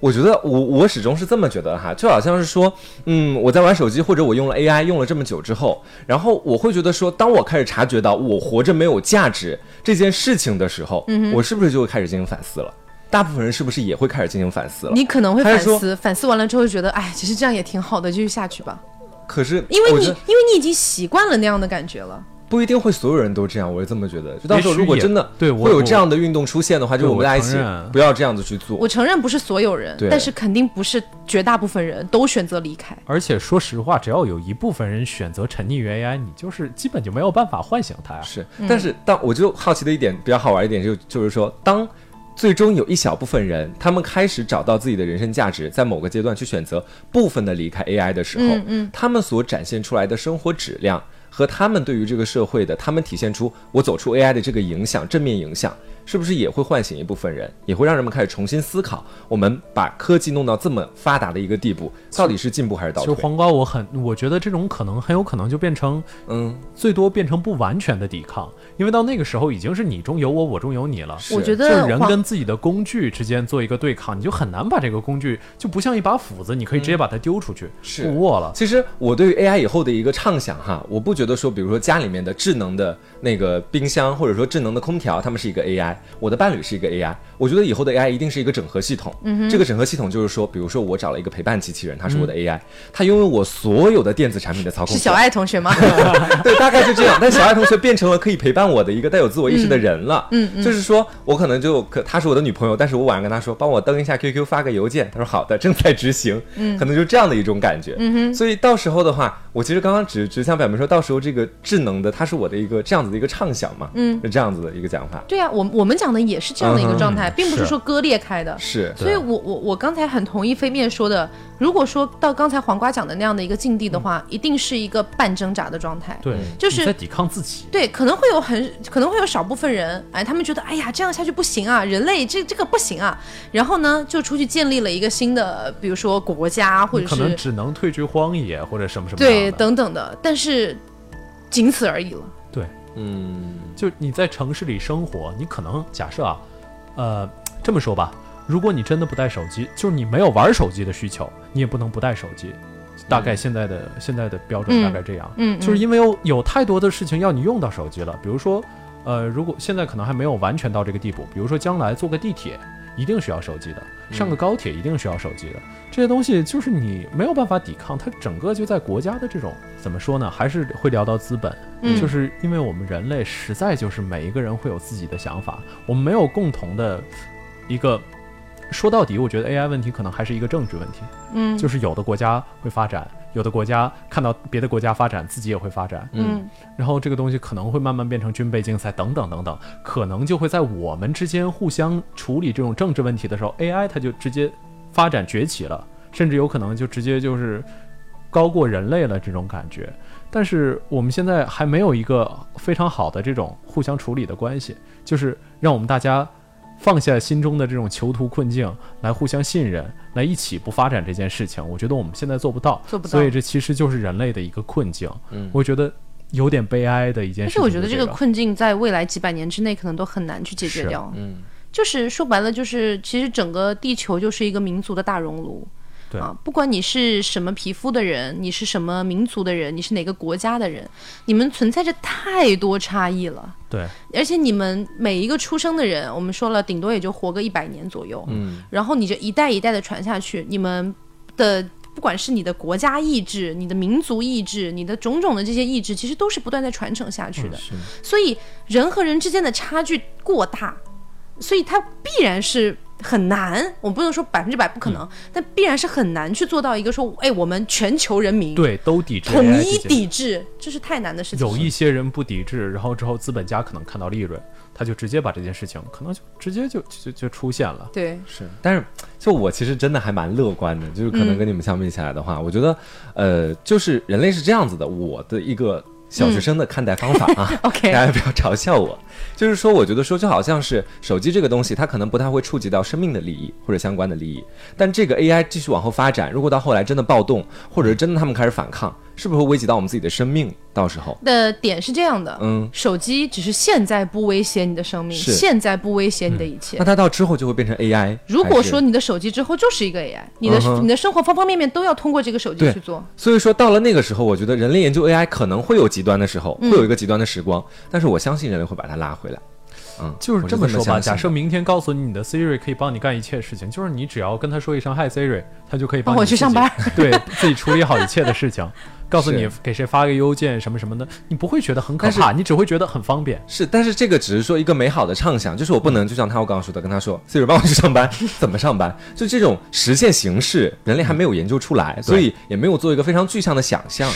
我觉得我我始终是这么觉得哈，就好像是说，嗯，我在玩手机或者我用了 AI 用了这么久之后，然后我会觉得说，当我开始察觉到我活着没有价值这件事情的时候，嗯我是不是就会开始进行反思了？大部分人是不是也会开始进行反思了？你可能会呃还反是说思，反思完了之后就觉得，哎，其实这样也挺好的，继续下去吧。可是因为我你，觉因得为你已经习惯了那样的感觉了。不一定会所有人都这样，我是这么觉得。就到时候也许如果也真的对我会有这样的运动出现的话，就对我们我大家一承起认不要这样子去做我。承认不是所有人对，但是肯定不是绝大部分人都选择离开。而且说实话，只要有一部分人选择沉溺于 AI，你就是基本就没有办法唤醒它呀。是，嗯但是当我就好奇的一点比较好玩一点就就是说，当最终有一小部分人他们开始找到自己的人生价值，在某个阶段去选择部分的离开 AI 的时候，嗯嗯他们所展现出来的生活质量和他们对于这个社会的，他们体现出我走出 AI 的这个影响，正面影响，是不是也会唤醒一部分人，也会让人们开始重新思考，我们把科技弄到这么发达的一个地步，到底是进步还是倒其实退？黄瓜，我很我觉得这种可能很有可能就变成嗯，最多变成不完全的抵抗，因为到那个时候已经是你中有我，我中有你了。是我觉就是得人黄跟自己的工具之间做一个对抗，你就很难把这个工具就不像一把斧子，你可以直接把它丢出去，是不握了。其实我对于 AI 以后的一个畅想哈，我不觉得说，比如说家里面的智能的那个冰箱，或者说智能的空调，它们是一个 AI，我的伴侣是一个 AI。我觉得以后的 AI 一定是一个整合系统。嗯这个整合系统就是说，比如说我找了一个陪伴机器人，它是我的 AI，、它拥有我所有的电子产品的操控嗯是权。小爱同 学吗？ 对，大概就这样。但小爱同学变成了可以陪伴我的一个带有自我意识的人了。嗯，就是说我可能就可她是我的女朋友，但是我晚上跟她说帮我登一下 QQ，发个邮件。她说好的，正在执行。嗯，可能就这样的一种感觉。嗯哼，所以到时候的话，我其实刚刚只只想表明说，到时候这个智能的，它是我的一个这样子的一个畅想嘛。嗯，是这样子的一个讲法。对啊，我我们讲的也是这样的一个状态，嗯并不是是说割裂开的。是，所以对我我我刚才很同意飞面说的，如果说到刚才黄瓜讲的那样的一个境地的话，嗯一定是一个半挣扎的状态。对，就是你在抵抗自己。对，可能会有很可能会有少部分人，哎，他们觉得哎呀这样下去不行啊，人类这这个不行啊，然后呢就出去建立了一个新的，比如说国家或你嗯者可能是只能退居荒野或者什么什么对样的等等的，但是仅此而已了。对，嗯，就你在城市里生活，你可能假设啊，呃，这么说吧，如果你真的不带手机，就是你没有玩手机的需求，你也不能不带手机。大概现在的、现在的标准嗯大概这样，嗯嗯就是因为有有太多的事情要你用到手机了，比如说，呃，如果现在可能还没有完全到这个地步，比如说将来坐个地铁，一定需要手机的，上嗯个高铁一定需要手机的，这些东西就是你没有办法抵抗，它整个就在国家的这种怎么说呢？还是会聊到资本，嗯就是因为我们人类实在就是每一个人会有自己的想法，我们没有共同的一个。说到底，我觉得 AI 问题可能还是一个政治问题，嗯就是有的国家会发展，有的国家看到别的国家发展，自己也会发展，嗯然后这个东西可能会慢慢变成军备竞赛等等等等，可能就会在我们之间互相处理这种政治问题的时候，AI 它就直接发展崛起了，甚至有可能就直接就是呃高过人类了这种感觉。但是我们现在还没有一个非常好的这种互相处理的关系，就是让我们大家放下心中的这种囚徒困境，来互相信任，来一起不发展这件事情。我觉得我们现在做不到，做不到所以这其实就是人类的一个困境。嗯我觉得有点悲哀的一件而事且情。我觉得这这个困境在未来几百年之内可能都很难去解决是掉。嗯，就是说白了，就是其实整个地球就是一个民族的大熔炉。对啊，不管你是什么皮肤的人，你是什么民族的人，你是哪个国家的人，你们存在着太多差异了。对，而且你们每一个出生的人，我们说了，顶多也就活个一百年左右。嗯，然后你这一代一代的传下去，你们的不管是你的国家意志、你的民族意志、你的种种的这些意志，其实都是不断在传承下去的。嗯所以人和人之间的差距过大，所以它必然是。很难，我不能说百分之百不可能，但必然是很难去做到一个说，哎，我们全球人民对都抵制统 AI 一这件事。抵制，这是太难的事情。有一些人不抵制，然后之后资本家可能看到利润，他就直接把这件事情可能就直接就就就出现了。对，是，但是就我其实真的还蛮乐观的，就是可能跟你们相比起来的话，嗯我觉得，呃，就是人类是这样子的，我的一个小学生的看待方法啊。 OK 大家不要嘲笑我，就是说，我觉得说就好像是手机这个东西，它可能不太会触及到生命的利益或者相关的利益。但这个 AI 继续往后发展，如果到后来真的暴动，或者是真的他们开始反抗，是不是会危及到我们自己的生命？到时候，的点是这样的，嗯手机只是现在不威胁你的生命，是现在不威胁你的一切。那它到之后就会变成 AI。如果还是说你的手机之后就是一个 AI，你的、嗯哼你的生活方方面面都要通过这个手机对去做。所以说到了那个时候，我觉得人类研究 AI 可能会有极端的时候，嗯会有一个极端的时光，但是我相信人类会把它拉回来。嗯，就是我这这么说吧，相信假的设明天告诉你你的 Siri 可以帮你干一切事情，就是你只要跟他说一声 “Hi Siri”，他就可以帮帮哦我你去自上己班， 对自己处理好一切的事情，告诉你是给谁发个邮件什么什么的，你不会觉得很可但是怕，你只会觉得很方便。是，但是这个只是说一个美好的畅想，就是我不能就像他我刚刚说的，跟他说 Siri 帮我去上班，怎么上班？就这种实现形式，人类还没有研究出来，嗯所以也没有做一个非常具象的想象。，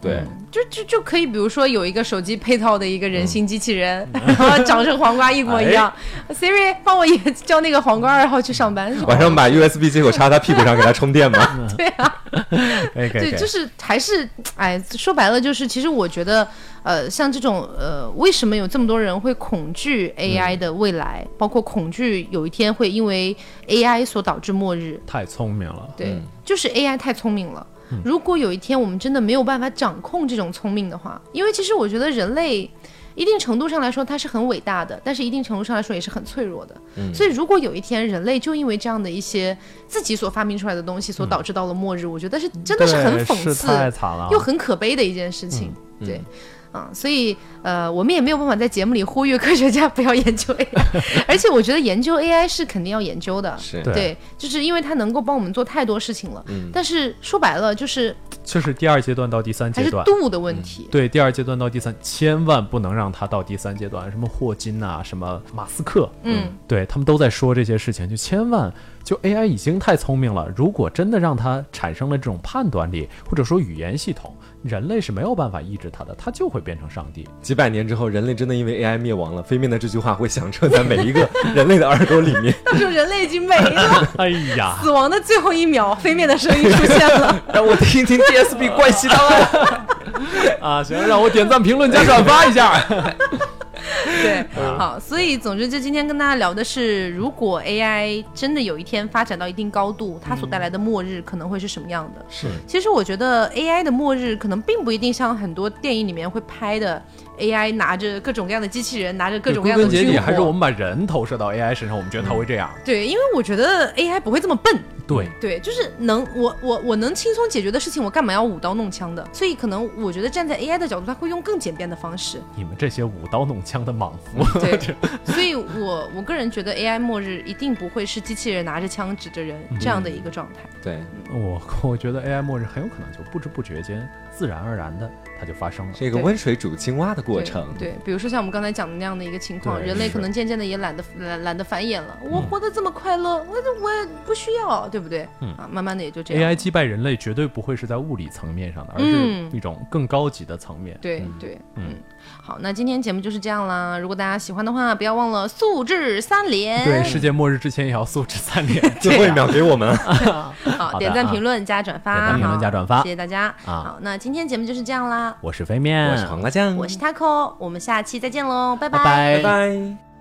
对，就就就可以，比如说有一个手机配套的一个人形机 器人，然后长成黄瓜一模一样。Siri 哎帮我也叫那个黄瓜二号去上班，晚上把 USB 接口插他屁股上给他充 嗯电嘛。对 啊。哎，给对，给就是还是哎，说白了就是，其实我觉得，呃，像这种呃，为什么有这么多人会恐惧嗯 AI 的未来，包括恐惧有一天会因为 AI 所导致末日？太聪明了。对，就是 AI 太聪明了。嗯如果有一天我们真的没有办法掌控这种聪明的话，因为其实我觉得人类一定程度上来说它是很伟大的，但是一定程度上来说也是很脆弱的。嗯所以如果有一天人类就因为这样的一些自己所发明出来的东西所导致到了末日，我觉得是真的是很嗯对讽是刺，太惨了啊，又很可悲的一件事情。对。啊、所以呃，我们也没有办法在节目里呼吁科学家不要研究 AI，而且我觉得研究 AI 是肯定要研究的，是对对，就是因为它能够帮我们做太多事情了。但是说白了，就是就是第二阶段到第三还阶是段，度的问题。对，第二阶段到第三，千万不能让它到第三阶段。什么霍金呐、什么马斯克，嗯，对他们都在说这些事情，就千万就 AI 已经太聪明了，如果真的让它产生了这种判断力，或者说语言系统，人类是没有办法抑制它的，它就会变成上帝。几百年之后，人类真的因为 AI 灭亡了，飞面的这句话会响彻在每一个人类的耳朵里 面。到时候人类已经没了， 哎呀， 死亡的最后一秒，飞面的声音出现 了。让我听一听 DSB 怪奇档案。 啊，行，让我点赞、评论、加转发一下。对，好，所以总之，就今天跟大家聊的是，如果 AI 真的有一天发展到一定高度，它所带来的末日可能会是什么样的？ 是其实我觉得 AI 的末日可能并不一定像很多电影里面会拍的 AI 拿着各种各样的机器人，拿着各种各归样的根结军底火。还是我们把人投射到 AI 身上，我们觉得它会这样。对，因为我觉得 AI 不会这么笨，对，对，就是能我我我能轻松解决的事情，我干嘛要舞刀弄枪的？所以可能我觉得站在 AI 的角度，它会用更简便的方式。你们这些舞刀弄枪的莽夫， 对，所以我我个人觉得 AI 末日一定不会是机器人拿着枪指着人嗯这样的一个状态。对，我 我觉得 AI 末日很有可能就不知不觉间，自然而然的它就发生了。是一个对温水煮青蛙的过程。对，对，比如说像我们刚才讲的那样的一个情况，对人类可是能渐渐的也懒得懒懒得繁衍了。我活得这么快乐，我我也不需要，对不对？嗯啊，慢慢的也就这样。 AI 击败人类绝对不会是在物理层面上的，而是嗯一种更高级的层面。对对，嗯，好，那今天节目就是这样啦。如果大家喜欢的话，不要忘了素质三连，对，世界末日之前也要素质三连。最后一秒给我们， 好，的点赞、啊评论、加转发，点赞评论好加转发谢谢大家。啊好，那今天节目就是这样啦， 我是飞面， 我是黄瓜酱，我是 Taco，我们下期再见喽，拜拜拜拜。